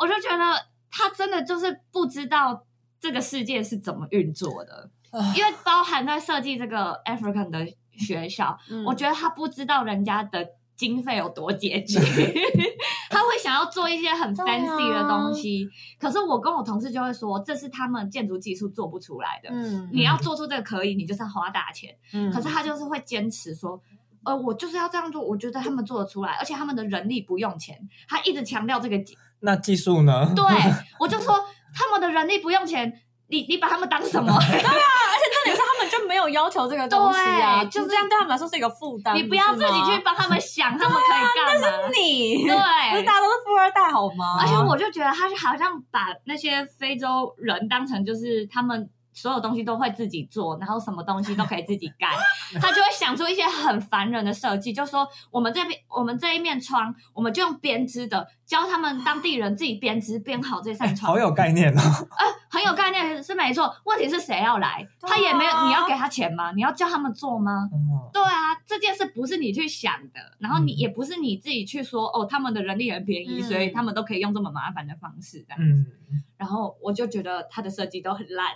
[SPEAKER 3] 我就觉得他真的就是不知道这个世界是怎么运作的
[SPEAKER 2] 啊，
[SPEAKER 3] 因为包含在设计这个 African 的学校，
[SPEAKER 1] 嗯
[SPEAKER 3] 我觉得他不知道人家的经费有多拮 据，他会想要做一些很
[SPEAKER 1] 对啊
[SPEAKER 3] fancy 的东西。可是我跟我同事就会说，这是他们建筑技术做不出来的。
[SPEAKER 1] 嗯
[SPEAKER 3] 你要做出这个可以，你就是要花大钱。
[SPEAKER 1] 嗯
[SPEAKER 3] 可是他就是会坚持说。呃，我就是要这样做，我觉得他们做得出来，而且他们的人力不用钱。他一直强 调这个
[SPEAKER 2] 那技术呢？
[SPEAKER 3] 对，我就说他们的人力不用钱，你你把他们当什么？
[SPEAKER 1] 重点是他们就没有要求这个东西啊，
[SPEAKER 3] 对
[SPEAKER 1] 就
[SPEAKER 3] 就是是
[SPEAKER 1] 这样对他们来说是一个负担。
[SPEAKER 3] 你不要
[SPEAKER 1] 是
[SPEAKER 3] 自
[SPEAKER 1] 吗
[SPEAKER 3] 己去帮他们想，他们可以 干嘛？
[SPEAKER 1] 你，不是
[SPEAKER 3] 对。
[SPEAKER 1] 大家都是富二代好吗？
[SPEAKER 3] 而且我就觉得他好像把那些非洲人当成就是他们所有东西都会自己做，然后什么东西都可以自己干，他就会想出一些很烦人的设计，就说我们这边我们这一面窗，我们就用编织的，教他们当地人自己编织编好这扇窗
[SPEAKER 2] 好，有概念哦。
[SPEAKER 3] 很有概念是没错。问题是谁要来？
[SPEAKER 1] 对啊
[SPEAKER 3] 他也没有，你要给他钱吗？你要叫他们做吗？对啊，这件事不是你去想的，然后你
[SPEAKER 2] 嗯
[SPEAKER 3] 也不是你自己去说哦，他们的人力很便宜，
[SPEAKER 1] 嗯
[SPEAKER 3] 所以他们都可以用这么麻烦的方式的。
[SPEAKER 2] 嗯，
[SPEAKER 3] 然后我就觉得他的设计都很 烂，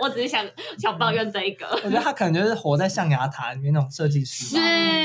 [SPEAKER 3] 我只是想想抱怨这一个。
[SPEAKER 2] 我觉得他可能就是活在象牙塔里面那种设计师
[SPEAKER 3] 是
[SPEAKER 2] 吧。，
[SPEAKER 3] 嗯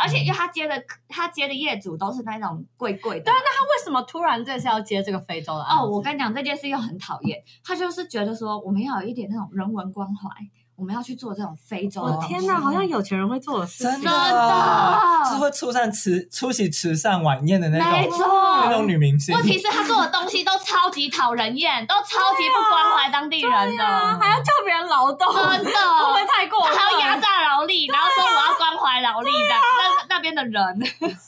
[SPEAKER 3] 而且因为他接的他接的业主都是那种贵贵的，对啊
[SPEAKER 1] 为什么突然这次要接这个非洲的案
[SPEAKER 3] 哦，
[SPEAKER 1] 子
[SPEAKER 3] 我跟你讲这件事又很讨厌，他就是觉得说我们要有一点那种人文关怀，我们要去做这种非洲的
[SPEAKER 1] 我
[SPEAKER 3] 东西。
[SPEAKER 1] 啊天哪，好像有钱人会做的事
[SPEAKER 2] 真
[SPEAKER 1] 情。
[SPEAKER 2] 的，
[SPEAKER 3] 真的
[SPEAKER 2] 是会出善慈出席慈善晚宴的那
[SPEAKER 3] 没
[SPEAKER 2] 种
[SPEAKER 3] 错，
[SPEAKER 2] 那种女明星。
[SPEAKER 3] 问题是他做的东西都超级讨人厌，都超级不关怀当地人的，
[SPEAKER 1] 啊，还要叫别人劳动，
[SPEAKER 3] 真
[SPEAKER 1] 会
[SPEAKER 3] 的。
[SPEAKER 1] 不会太过分？
[SPEAKER 3] 还要压榨劳力，然后说我要关怀劳力的、那那边的人，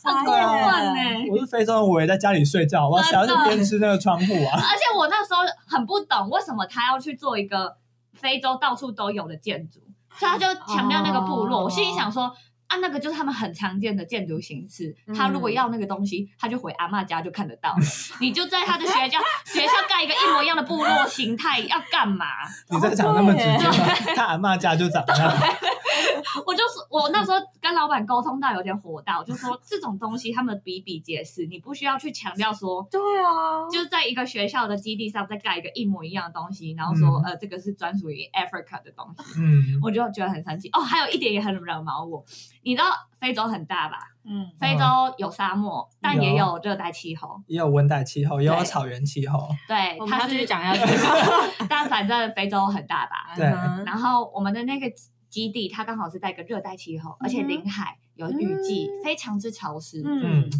[SPEAKER 1] 很
[SPEAKER 2] 过
[SPEAKER 3] 分呢
[SPEAKER 2] 我是非洲人，我也在家里睡觉，我
[SPEAKER 3] 真
[SPEAKER 2] 谁要
[SPEAKER 3] 的
[SPEAKER 2] 去编织那个窗户 啊？
[SPEAKER 3] 而且我那时候很不懂为什么他要去做一个非洲到处都有的建筑，所以他就强调那个部落。
[SPEAKER 1] 哦
[SPEAKER 3] 我心里想说。啊，那个就是他们很常见的建筑形式。他如果要那个东西，他就回阿嬷家就看得 到了。你就在他的学校学校盖一个一模一样的部落形态，要干嘛？
[SPEAKER 2] 你在讲那么直接
[SPEAKER 3] 哦
[SPEAKER 2] 吗？他阿嬷家就长那样，
[SPEAKER 3] 我就是我那时候跟老板沟通到有点火大，我就说这种东西他们比比皆是，你不需要去强调说
[SPEAKER 1] 对啊，
[SPEAKER 3] 就是在一个学校的基地上再盖一个一模一样的东西，然后说、
[SPEAKER 2] 嗯
[SPEAKER 3] 呃这个是专属于 Africa 的东西，
[SPEAKER 2] 嗯，
[SPEAKER 3] 我就觉得很生气。哦，还有一点也很惹毛我，你知道非洲很大吧？
[SPEAKER 1] 嗯，
[SPEAKER 3] 非洲有沙漠，但也有热带气候。
[SPEAKER 2] 也有温带气候，也有
[SPEAKER 3] 对
[SPEAKER 2] 草原气候，
[SPEAKER 3] 对
[SPEAKER 1] 我，们
[SPEAKER 3] 它
[SPEAKER 1] 要
[SPEAKER 3] 是
[SPEAKER 1] 继续，讲下去。
[SPEAKER 3] 但反正非洲很大吧。
[SPEAKER 2] 对
[SPEAKER 1] 嗯
[SPEAKER 3] 然后我们的那个基地，它刚好是在一个热带气候，而且临海有雨季，非常之潮湿。
[SPEAKER 1] 嗯
[SPEAKER 2] 嗯，，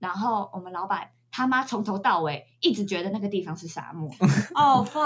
[SPEAKER 3] 然后我们老板他妈从头到尾一直觉得那个地方是沙漠。
[SPEAKER 1] 哦 f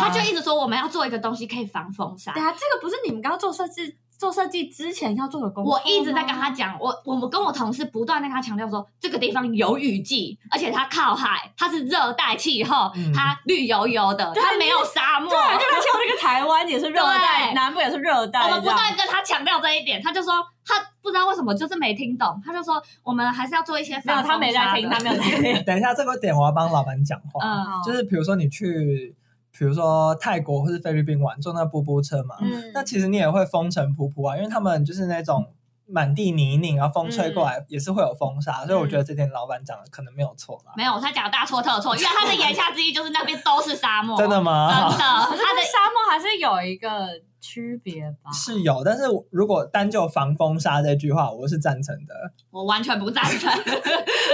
[SPEAKER 3] 他就一直说我们要做一个东西可以防风沙
[SPEAKER 1] 等。下，这个不是你们刚刚做设计做设计之前要做的工作
[SPEAKER 3] 我
[SPEAKER 1] 吗？
[SPEAKER 3] 一直在跟他讲，我我们跟我同事不断地跟他强调说，这个地方有雨季，而且它靠海，它是热带气候，
[SPEAKER 2] 嗯
[SPEAKER 3] 它绿油油的，
[SPEAKER 1] 对
[SPEAKER 3] 它没有沙漠
[SPEAKER 1] 对，。就跟像那个台湾也是热带，
[SPEAKER 3] 对
[SPEAKER 1] 南部也是热带，
[SPEAKER 3] 我们不
[SPEAKER 1] 这样
[SPEAKER 3] 断地跟他强调这一点，他就说他不知道为什么就是没听懂，他就说我们还是要做一些
[SPEAKER 1] 没有
[SPEAKER 3] 防风
[SPEAKER 1] 他没在
[SPEAKER 3] 沙
[SPEAKER 1] 听，
[SPEAKER 3] 的
[SPEAKER 1] 他没有在 听。
[SPEAKER 2] 等一下这个点我要帮老板讲话，
[SPEAKER 3] 嗯，
[SPEAKER 2] 就是比如说你去，比如说泰国或是菲律宾玩，坐那布布车嘛，
[SPEAKER 1] 嗯
[SPEAKER 2] 那其实你也会风尘仆仆啊，因为他们就是那种满地泥泞，然后风吹过
[SPEAKER 3] 嗯
[SPEAKER 2] 来也是会有风沙，所以我觉得这点老板讲的可能没有错啦。
[SPEAKER 3] 没有，他讲大错特错，因为他的言下之意就是那边都是沙漠，
[SPEAKER 2] 真的
[SPEAKER 3] 真
[SPEAKER 2] 吗？
[SPEAKER 3] 的，他
[SPEAKER 1] 可是
[SPEAKER 3] 的
[SPEAKER 1] 跟沙漠还是有一个区别
[SPEAKER 3] 哦
[SPEAKER 1] 吧？
[SPEAKER 2] 是有，但是如果单就防风沙这句话，我是赞成的。
[SPEAKER 3] 我完全不赞成，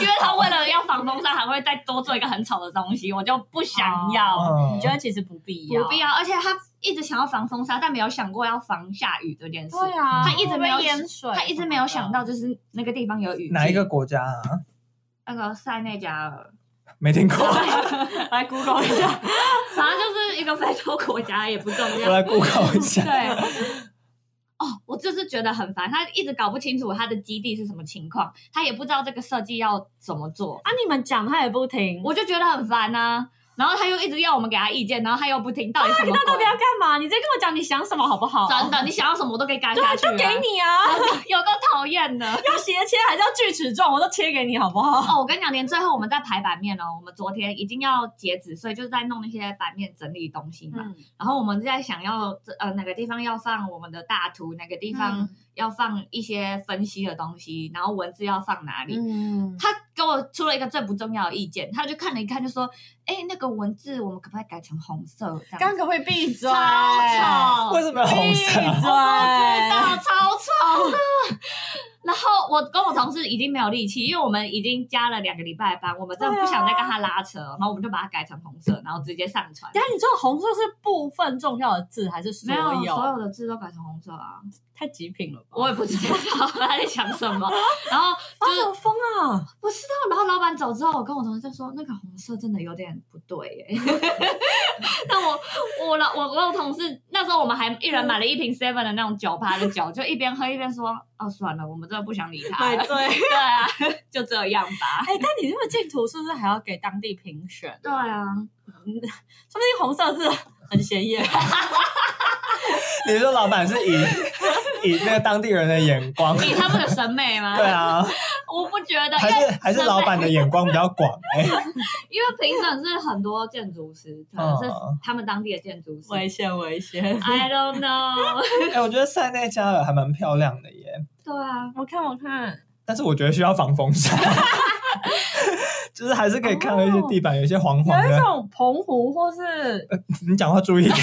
[SPEAKER 3] 因为他为了要防风沙，还会再多做一个很丑的东西，我就不想要，
[SPEAKER 2] 嗯，
[SPEAKER 1] 你觉得其实不必要？
[SPEAKER 3] 哦不必要。而且他一直想要防风沙，但没有想过要防下雨这件事。
[SPEAKER 1] 对啊，
[SPEAKER 3] 他一直没有
[SPEAKER 1] 会被淹水，
[SPEAKER 3] 他一直没有想到，。就是那个地方有雨季。
[SPEAKER 2] 哪一个国家啊？
[SPEAKER 3] 那个塞内加尔，
[SPEAKER 2] 没听过，
[SPEAKER 1] 来 Google 一下，
[SPEAKER 3] 反正就是一个非洲国家，也不重
[SPEAKER 2] 我来
[SPEAKER 3] 要。
[SPEAKER 2] Google 一下。
[SPEAKER 3] 对。哦，我就是觉得很烦，他一直搞不清楚他的基地是什么情况，他也不知道这个设计要怎么做，
[SPEAKER 1] 啊，你们讲他也不听，
[SPEAKER 3] 我就觉得很烦啊。然后他又一直要我们给他意见，然后他又不听，到底什么
[SPEAKER 1] 那到底
[SPEAKER 3] 鬼？
[SPEAKER 1] 要干嘛？啊你直接跟我讲你想什么好不好？
[SPEAKER 3] 真的，你想要什么我都可以干下去、啊，
[SPEAKER 1] 就给你啊，
[SPEAKER 3] 你，有够讨厌 的。
[SPEAKER 1] 要斜切还是要锯齿状，我都切给你好不好？
[SPEAKER 3] 哦，我跟你讲，连最后我们在排版面哦，我们昨天已经要截止，所以就是在弄那些版面整理
[SPEAKER 1] 嗯嗯
[SPEAKER 3] 东西嘛。然后我们在想要这呃哪个地方要放我们的大图，哪个地方要放一些分析的东西，然后文字要放哪 里。
[SPEAKER 1] 嗯，
[SPEAKER 3] 他给我出了一个最不重要的意见，他就看了一看，就说：“哎、那个文字我们可不可以改成红色？”这样
[SPEAKER 1] 刚可不可以闭嘴？
[SPEAKER 3] 超丑，
[SPEAKER 2] 为 什么要
[SPEAKER 3] 哎
[SPEAKER 2] 红色啊
[SPEAKER 1] 闭嘴！
[SPEAKER 3] 我不知道，超丑的。然后我跟我同事已经没有力气，因为我们已经加了两个礼拜班，我们真的不想再跟他拉扯，然后我们就把它改成红色，然后直接上传。
[SPEAKER 1] 等一下你这个红色是部分重要的字还是所
[SPEAKER 3] 没有，所有的字都改成红色啊！
[SPEAKER 1] 太极品了吧？
[SPEAKER 3] 我也不知道他在想什么。然后就是
[SPEAKER 1] 好疯啊！
[SPEAKER 3] 不知道，然后老板走之后，我跟我同事就说那个红色真的有点不对耶。那我我老我跟我同事那时候我们还一人买了一瓶 seven 的那种酒趴的酒，就一边喝一边说哦算了，我们真的不想理他
[SPEAKER 1] 买
[SPEAKER 3] 了。
[SPEAKER 1] 醉。
[SPEAKER 3] 对啊，就这样吧。
[SPEAKER 1] 哎，但你这个进图是不是还要给当地评选？
[SPEAKER 3] 对啊，
[SPEAKER 1] 说不定红色字很显 眼。
[SPEAKER 2] 你是说老板是以 以那个当地人的眼光，
[SPEAKER 3] 以他们的审 美吗？
[SPEAKER 2] 对，啊，
[SPEAKER 3] 我不觉得，
[SPEAKER 2] 还
[SPEAKER 3] 因为
[SPEAKER 2] 是还是老板的眼光比较广哎、
[SPEAKER 3] 因为评审是很多建筑师，可能是
[SPEAKER 2] 哦
[SPEAKER 3] 他们当地的建筑师。
[SPEAKER 1] 危险，危险！
[SPEAKER 3] I don't know。
[SPEAKER 2] 哎、我觉得塞内加尔还蛮漂亮的耶，
[SPEAKER 3] 对啊，
[SPEAKER 1] 我看，我看，
[SPEAKER 2] 但是我觉得需要防风沙， 就是还是可以看到一些地板有一些黄黄
[SPEAKER 1] 哦有一
[SPEAKER 2] 的。
[SPEAKER 1] 种澎湖或是
[SPEAKER 2] 你讲话注意一 点。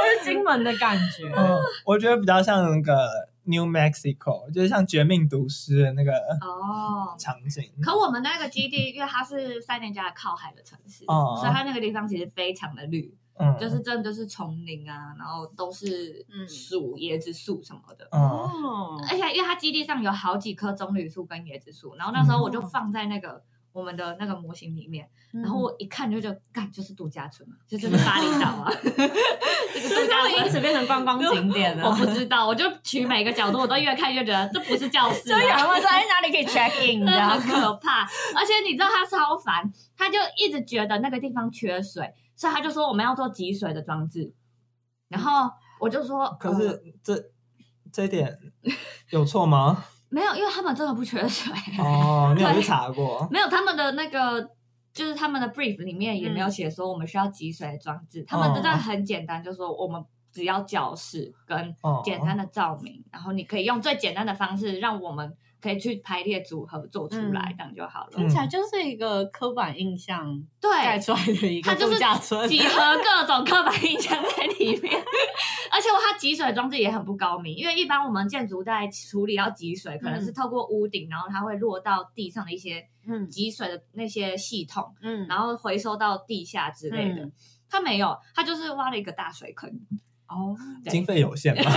[SPEAKER 1] 或是金门的感觉。
[SPEAKER 2] 嗯，我觉得比较像那个 New Mexico，就是像《绝命毒师》的那个
[SPEAKER 3] 哦、
[SPEAKER 2] 场景。
[SPEAKER 3] 可我们那个基地，因为它是塞内加尔靠海的城市，
[SPEAKER 2] 哦
[SPEAKER 3] 所以它那个地方其实非常的绿，
[SPEAKER 2] 嗯，
[SPEAKER 3] 就是真的就是丛林啊，然后都是
[SPEAKER 1] 嗯
[SPEAKER 3] 树、椰子树什么的。
[SPEAKER 2] 嗯，
[SPEAKER 1] 哦
[SPEAKER 3] 而且因为它基地上有好几棵棕榈树跟椰子树，然后那时候我就
[SPEAKER 2] 嗯
[SPEAKER 3] 放在那个。我们的那个模型里面，然
[SPEAKER 1] 然
[SPEAKER 3] 后
[SPEAKER 1] 后
[SPEAKER 3] 我一看就觉得，干就是度假村啊，就真的巴厘岛 啊，这个
[SPEAKER 1] 就
[SPEAKER 3] 度
[SPEAKER 1] 这
[SPEAKER 3] 假
[SPEAKER 1] 样因
[SPEAKER 3] 村。
[SPEAKER 1] 此变成观光景点了
[SPEAKER 3] 我。不知道，我就取每个角度，我都越看越觉得这不是教室、
[SPEAKER 1] 就
[SPEAKER 3] 啊，
[SPEAKER 1] 有人会说：“哎，哪里可以 check in？” 这
[SPEAKER 3] 真的
[SPEAKER 1] 样
[SPEAKER 3] 很可怕。而且你知道他超烦，他就一直觉得那个地方缺水，所以他就说我们要做集水的装置。然后我就说，
[SPEAKER 2] 可
[SPEAKER 1] 哦
[SPEAKER 3] 呃
[SPEAKER 2] 是这这一点有错 吗？
[SPEAKER 3] 没有，因为他们真的不缺水，
[SPEAKER 2] 哦，你有去查过？
[SPEAKER 3] 没有他们的那个。就是他们的 brief 里面也
[SPEAKER 1] 嗯
[SPEAKER 3] 没有写说我们需要集水的装置，他
[SPEAKER 2] 哦
[SPEAKER 3] 们真的很简单，就说我们只要教室跟
[SPEAKER 2] 哦，
[SPEAKER 3] 简单的照明，然后你可以用最简单的方式让我们可以去排列组合做出来，
[SPEAKER 1] 嗯
[SPEAKER 3] 这样就好了。
[SPEAKER 1] 听起来就是一个刻板印象
[SPEAKER 3] 对，
[SPEAKER 1] 盖出来的一个
[SPEAKER 3] 它就是
[SPEAKER 1] 度假村。
[SPEAKER 3] 集合各种刻板印象在里面，而且它集水装置也很不高明，因为一般我们建筑在处理要集水，可能是透过屋顶，然后它会落到地上的一些
[SPEAKER 1] 嗯
[SPEAKER 3] 集水的那些系统，
[SPEAKER 1] 嗯
[SPEAKER 3] 然后回收到地下之类的。
[SPEAKER 1] 嗯
[SPEAKER 3] 它没有，它就是挖了一个大水坑。
[SPEAKER 1] 哦，
[SPEAKER 3] 对
[SPEAKER 2] 经费有限 嘛。
[SPEAKER 1] 因为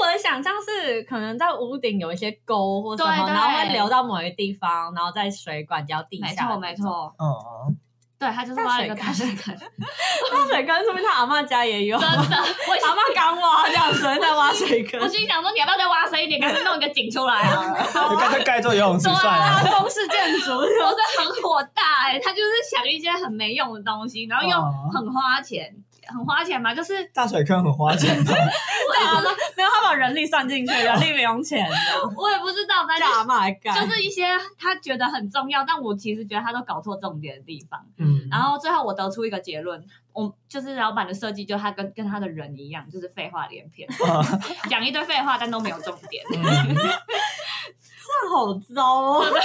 [SPEAKER 1] 我的想象是，可能在屋顶有一些沟或什么，
[SPEAKER 3] 对对
[SPEAKER 1] 然后会流到某一个地方，然后在水管浇地
[SPEAKER 3] 没
[SPEAKER 1] 下。
[SPEAKER 3] 错，没。错，
[SPEAKER 2] 嗯，
[SPEAKER 3] 对，它就是挖了一个大水坑，
[SPEAKER 1] 那水坑是不是他阿妈家也有？
[SPEAKER 3] 真的。
[SPEAKER 1] 阿
[SPEAKER 3] 我
[SPEAKER 1] 妈刚挖，这样子在挖水坑
[SPEAKER 3] 我。心想说，你要不要再挖深一点，干脆弄一个井出来好了。
[SPEAKER 2] 你干脆盖座游泳池算了。
[SPEAKER 1] 啊，中式建筑。
[SPEAKER 3] 我真的很火大哎、他就是想一些很没用的东西，然后又
[SPEAKER 2] 哦
[SPEAKER 3] 很花钱，很花钱嘛，就是
[SPEAKER 2] 大水坑很花钱 吧？
[SPEAKER 1] 对啊，没有他把人力算进去，人力不用钱的。
[SPEAKER 3] 我也不知道，反
[SPEAKER 1] 叫阿
[SPEAKER 3] 正
[SPEAKER 1] 妈来
[SPEAKER 3] 就
[SPEAKER 1] 干。
[SPEAKER 3] 是一些他觉得很重要，但我其实觉得他都搞错重点的地方。
[SPEAKER 2] 嗯，
[SPEAKER 3] 然后最后我得出一个结论，我就是老板的设计，就他跟跟他的人一样，就是废话连篇，
[SPEAKER 1] 哦
[SPEAKER 2] 嗯
[SPEAKER 3] 讲一堆废话，但都没有重点。
[SPEAKER 2] 嗯
[SPEAKER 1] 这好糟哦。身为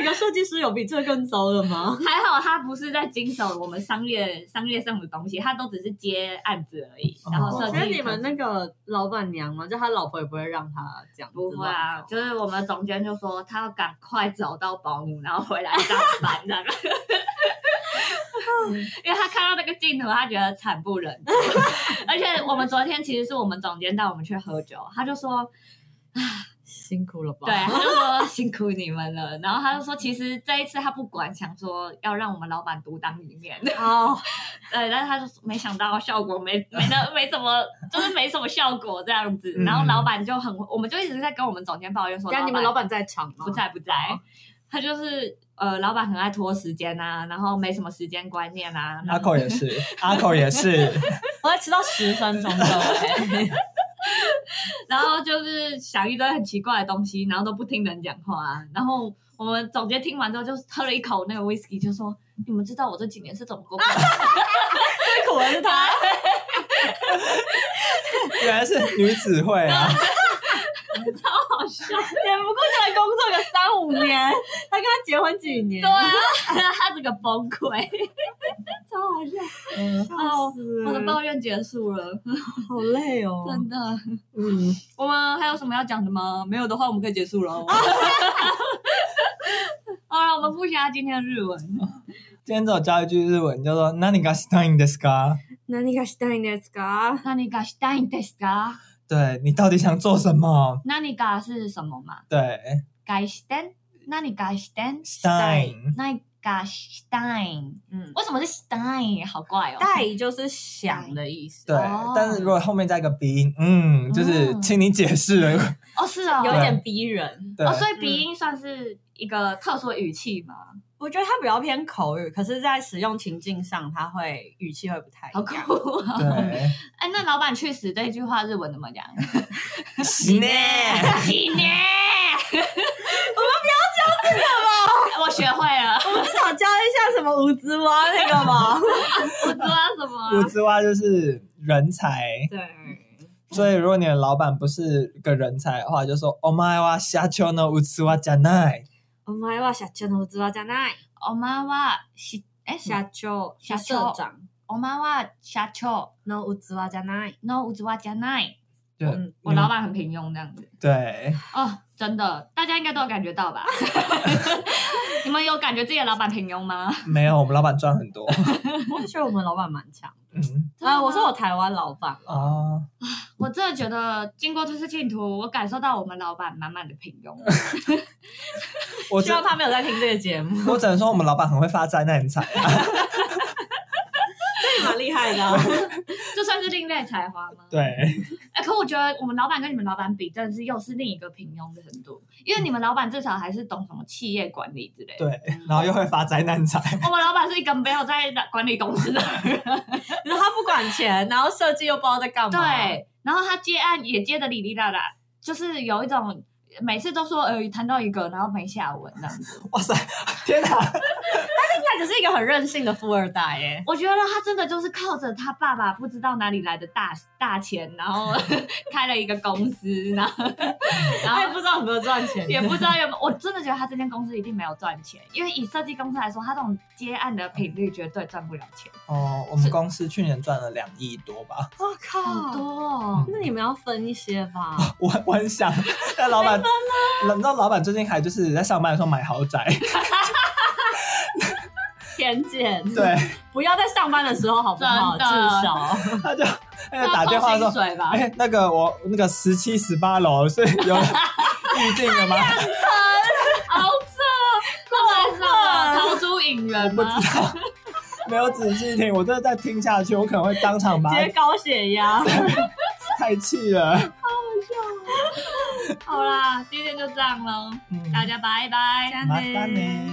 [SPEAKER 1] 一个设计师，有比这更糟的吗？
[SPEAKER 3] 还好他不是在经手我们商业商业上的东西，他都只是接案子而已，然后设
[SPEAKER 1] 我
[SPEAKER 3] 计
[SPEAKER 1] 觉
[SPEAKER 3] 可
[SPEAKER 1] 得
[SPEAKER 3] 能。
[SPEAKER 1] 你们那个老板娘嘛，就他老婆也不会让他讲。
[SPEAKER 3] 不会啊，就是我们总监就说他要赶快找到保姆，然后回来上班，这 样。
[SPEAKER 1] 嗯
[SPEAKER 3] 因为他看到那个镜头，他觉得惨 不忍睹。而且我们昨天其实是我们总监带我们去喝酒，他 就说，
[SPEAKER 1] 辛苦了吧？
[SPEAKER 3] 对，他就说辛苦你们了。然后他就说，其实这一次他不管，想说要让我们老板独当一 面。
[SPEAKER 1] 哦，
[SPEAKER 3] 对，但是他就说没想到效果没没那没怎么， 就是没什么效果这样子。
[SPEAKER 2] 嗯
[SPEAKER 3] 然后老板就很，我们就一直在跟我们总监抱怨说，
[SPEAKER 1] 但你们
[SPEAKER 3] 板
[SPEAKER 1] 老板在场吗？
[SPEAKER 3] 不，在不在
[SPEAKER 1] 哦，
[SPEAKER 3] 他就是呃，老板很爱拖时间啊，然后没什么时间观念啊。
[SPEAKER 2] 阿口也是，阿口也是，
[SPEAKER 1] 我要迟到十分 钟的、欸。
[SPEAKER 3] 然后就是想一堆很奇怪的东西，然后都不听人讲话、啊。然后我们总监听完之后，就喝了一口那个 whisky，就说：“你们知道我这几年是怎么过的？”
[SPEAKER 1] 最苦的是他，
[SPEAKER 2] 原来是女子会 啊！
[SPEAKER 3] 超好笑。
[SPEAKER 1] 也不过才工作个三五年，他跟他结婚几年？
[SPEAKER 3] 对啊， 他整个崩溃， 超好笑。
[SPEAKER 2] 嗯
[SPEAKER 1] 哦，
[SPEAKER 3] 我的抱怨结束了，
[SPEAKER 1] 好累哦
[SPEAKER 3] 真的。
[SPEAKER 1] 嗯，
[SPEAKER 3] 我们还有什么要讲的吗？没有的话，我们可以结束 了哦。好了，我们复习一下今天的日文。
[SPEAKER 2] 今天只有教一句日文，叫做“那你がしたいんですか
[SPEAKER 1] 那你该したいんですか？
[SPEAKER 3] 那你がしたいんですか？”？
[SPEAKER 2] 对你到底想做什么？
[SPEAKER 3] 那你が是什么嘛？
[SPEAKER 2] 对
[SPEAKER 3] 该したい。那你がしたい。
[SPEAKER 2] ，stein，
[SPEAKER 3] 那你がしたい。
[SPEAKER 1] 嗯，
[SPEAKER 3] 为什么是したい？好怪哦。
[SPEAKER 1] 带就是想的意思，
[SPEAKER 2] 对
[SPEAKER 3] 哦。
[SPEAKER 2] 但是如果后面加一个鼻音，嗯，就是请你解释。
[SPEAKER 3] 哦，是哦。
[SPEAKER 1] 有一点逼人。
[SPEAKER 2] 对
[SPEAKER 3] 哦，，所以鼻音算是一个特殊的语气嘛？
[SPEAKER 1] 我觉得它比较偏口语，可是，在使用情境上，它会语气会不太一
[SPEAKER 3] 好酷
[SPEAKER 1] 样。
[SPEAKER 3] 啊！
[SPEAKER 2] 对，
[SPEAKER 3] 哎，那老板去死这句话日文怎么 讲？
[SPEAKER 2] 死 呢？
[SPEAKER 3] 你呢？我们不要教这个吧！ 我学会了，
[SPEAKER 1] 我们至少教一下什么无知蛙那个吧。
[SPEAKER 3] 我知道什么
[SPEAKER 2] 物
[SPEAKER 3] 啊。
[SPEAKER 2] 之蛙就是人才，
[SPEAKER 1] 对，
[SPEAKER 2] 所以如果你的老板不是个人才的话，就说“お前は社長の器じゃない
[SPEAKER 1] お前は社長の无知蛙じゃない。
[SPEAKER 3] 我妈哇西哎
[SPEAKER 1] 社長、
[SPEAKER 3] 社
[SPEAKER 1] 社
[SPEAKER 3] 長
[SPEAKER 1] 嗯社長
[SPEAKER 3] 我妈哇社長
[SPEAKER 1] の无知蛙じゃない。
[SPEAKER 3] no 无知哇加奈。”。
[SPEAKER 2] 就嗯
[SPEAKER 1] 嗯
[SPEAKER 3] 我老板很平庸这样子
[SPEAKER 2] 对，
[SPEAKER 3] 哦，真的，大家应该都有感觉到吧？ 你们有感觉自己的老板平庸吗？
[SPEAKER 2] 没有，我们老板赚很多。
[SPEAKER 1] 我觉得我们老板蛮强
[SPEAKER 2] 嗯
[SPEAKER 1] 的。
[SPEAKER 3] 呃
[SPEAKER 1] 啊，我说我台湾老板，
[SPEAKER 2] 啊，
[SPEAKER 3] 我真的觉得经过这次进图，我感受到我们老板满满的平庸。
[SPEAKER 2] 我
[SPEAKER 1] 希
[SPEAKER 2] 只
[SPEAKER 1] 望他没有在听这个节 目，
[SPEAKER 2] 我只能说我们老板很会发灾难财啊。
[SPEAKER 1] 蛮厉害 的啊。
[SPEAKER 3] 这算是另类才华吗？。
[SPEAKER 2] 对，
[SPEAKER 3] 哎、可我觉得我们老板跟你们老板比，真的是又是另一个平庸的程度。因为你们老板至少还是懂什么企业管理之类 的。
[SPEAKER 2] 对，然后又会发灾难财。
[SPEAKER 3] 我们老板是一个没有在管理公司的人，
[SPEAKER 1] 你说他不管钱，然后设计又不知道在干嘛。，
[SPEAKER 3] 对。然后他接案也接的哩哩啦啦，就是有一种每次都说呃谈到一个，然后没下文这样子。
[SPEAKER 2] 哇塞，天哪！
[SPEAKER 1] 他只是一个很任性的富二代耶。
[SPEAKER 3] 我觉得他真的就是靠着他爸爸不知道哪里来的大大钱，然后 开了一个公司，然后 然
[SPEAKER 1] 他也
[SPEAKER 3] 后
[SPEAKER 1] 不知道有没有赚钱，
[SPEAKER 3] 也不知道有没有，我真的觉得他这间公司一定没有赚钱，因为以设计公司来说，他这种接案的频率绝对赚不了钱，
[SPEAKER 2] 哦，我们公司去年赚了两亿多吧，
[SPEAKER 1] 我
[SPEAKER 3] 好
[SPEAKER 1] 靠！
[SPEAKER 3] 多哦。
[SPEAKER 1] 那你们要分一些吧。
[SPEAKER 2] 我我很 想。但老板，你知道老板最近还就是在上班的时候买豪 宅，
[SPEAKER 1] 田简，
[SPEAKER 2] 对，
[SPEAKER 1] 不要在上班的时候好不好？至
[SPEAKER 3] 真的
[SPEAKER 1] 少
[SPEAKER 2] 他 就他
[SPEAKER 3] 那
[SPEAKER 2] 就打电话说
[SPEAKER 3] 扣薪，水吧，
[SPEAKER 2] 哎、那个我那个十七、十八楼 是有预定的吗？
[SPEAKER 3] 好扯，那 完了，
[SPEAKER 1] 好
[SPEAKER 3] 啊逃出影人
[SPEAKER 2] 不
[SPEAKER 3] 吗？
[SPEAKER 2] 知道，没有仔细听，我真的再听下去，我可能会当场把
[SPEAKER 1] 直接
[SPEAKER 2] 他
[SPEAKER 1] 高血压。
[SPEAKER 2] 太气 了。
[SPEAKER 3] 好啦，今天就这样喽，
[SPEAKER 2] 嗯，
[SPEAKER 3] 大家拜拜，
[SPEAKER 2] 麻烦呢。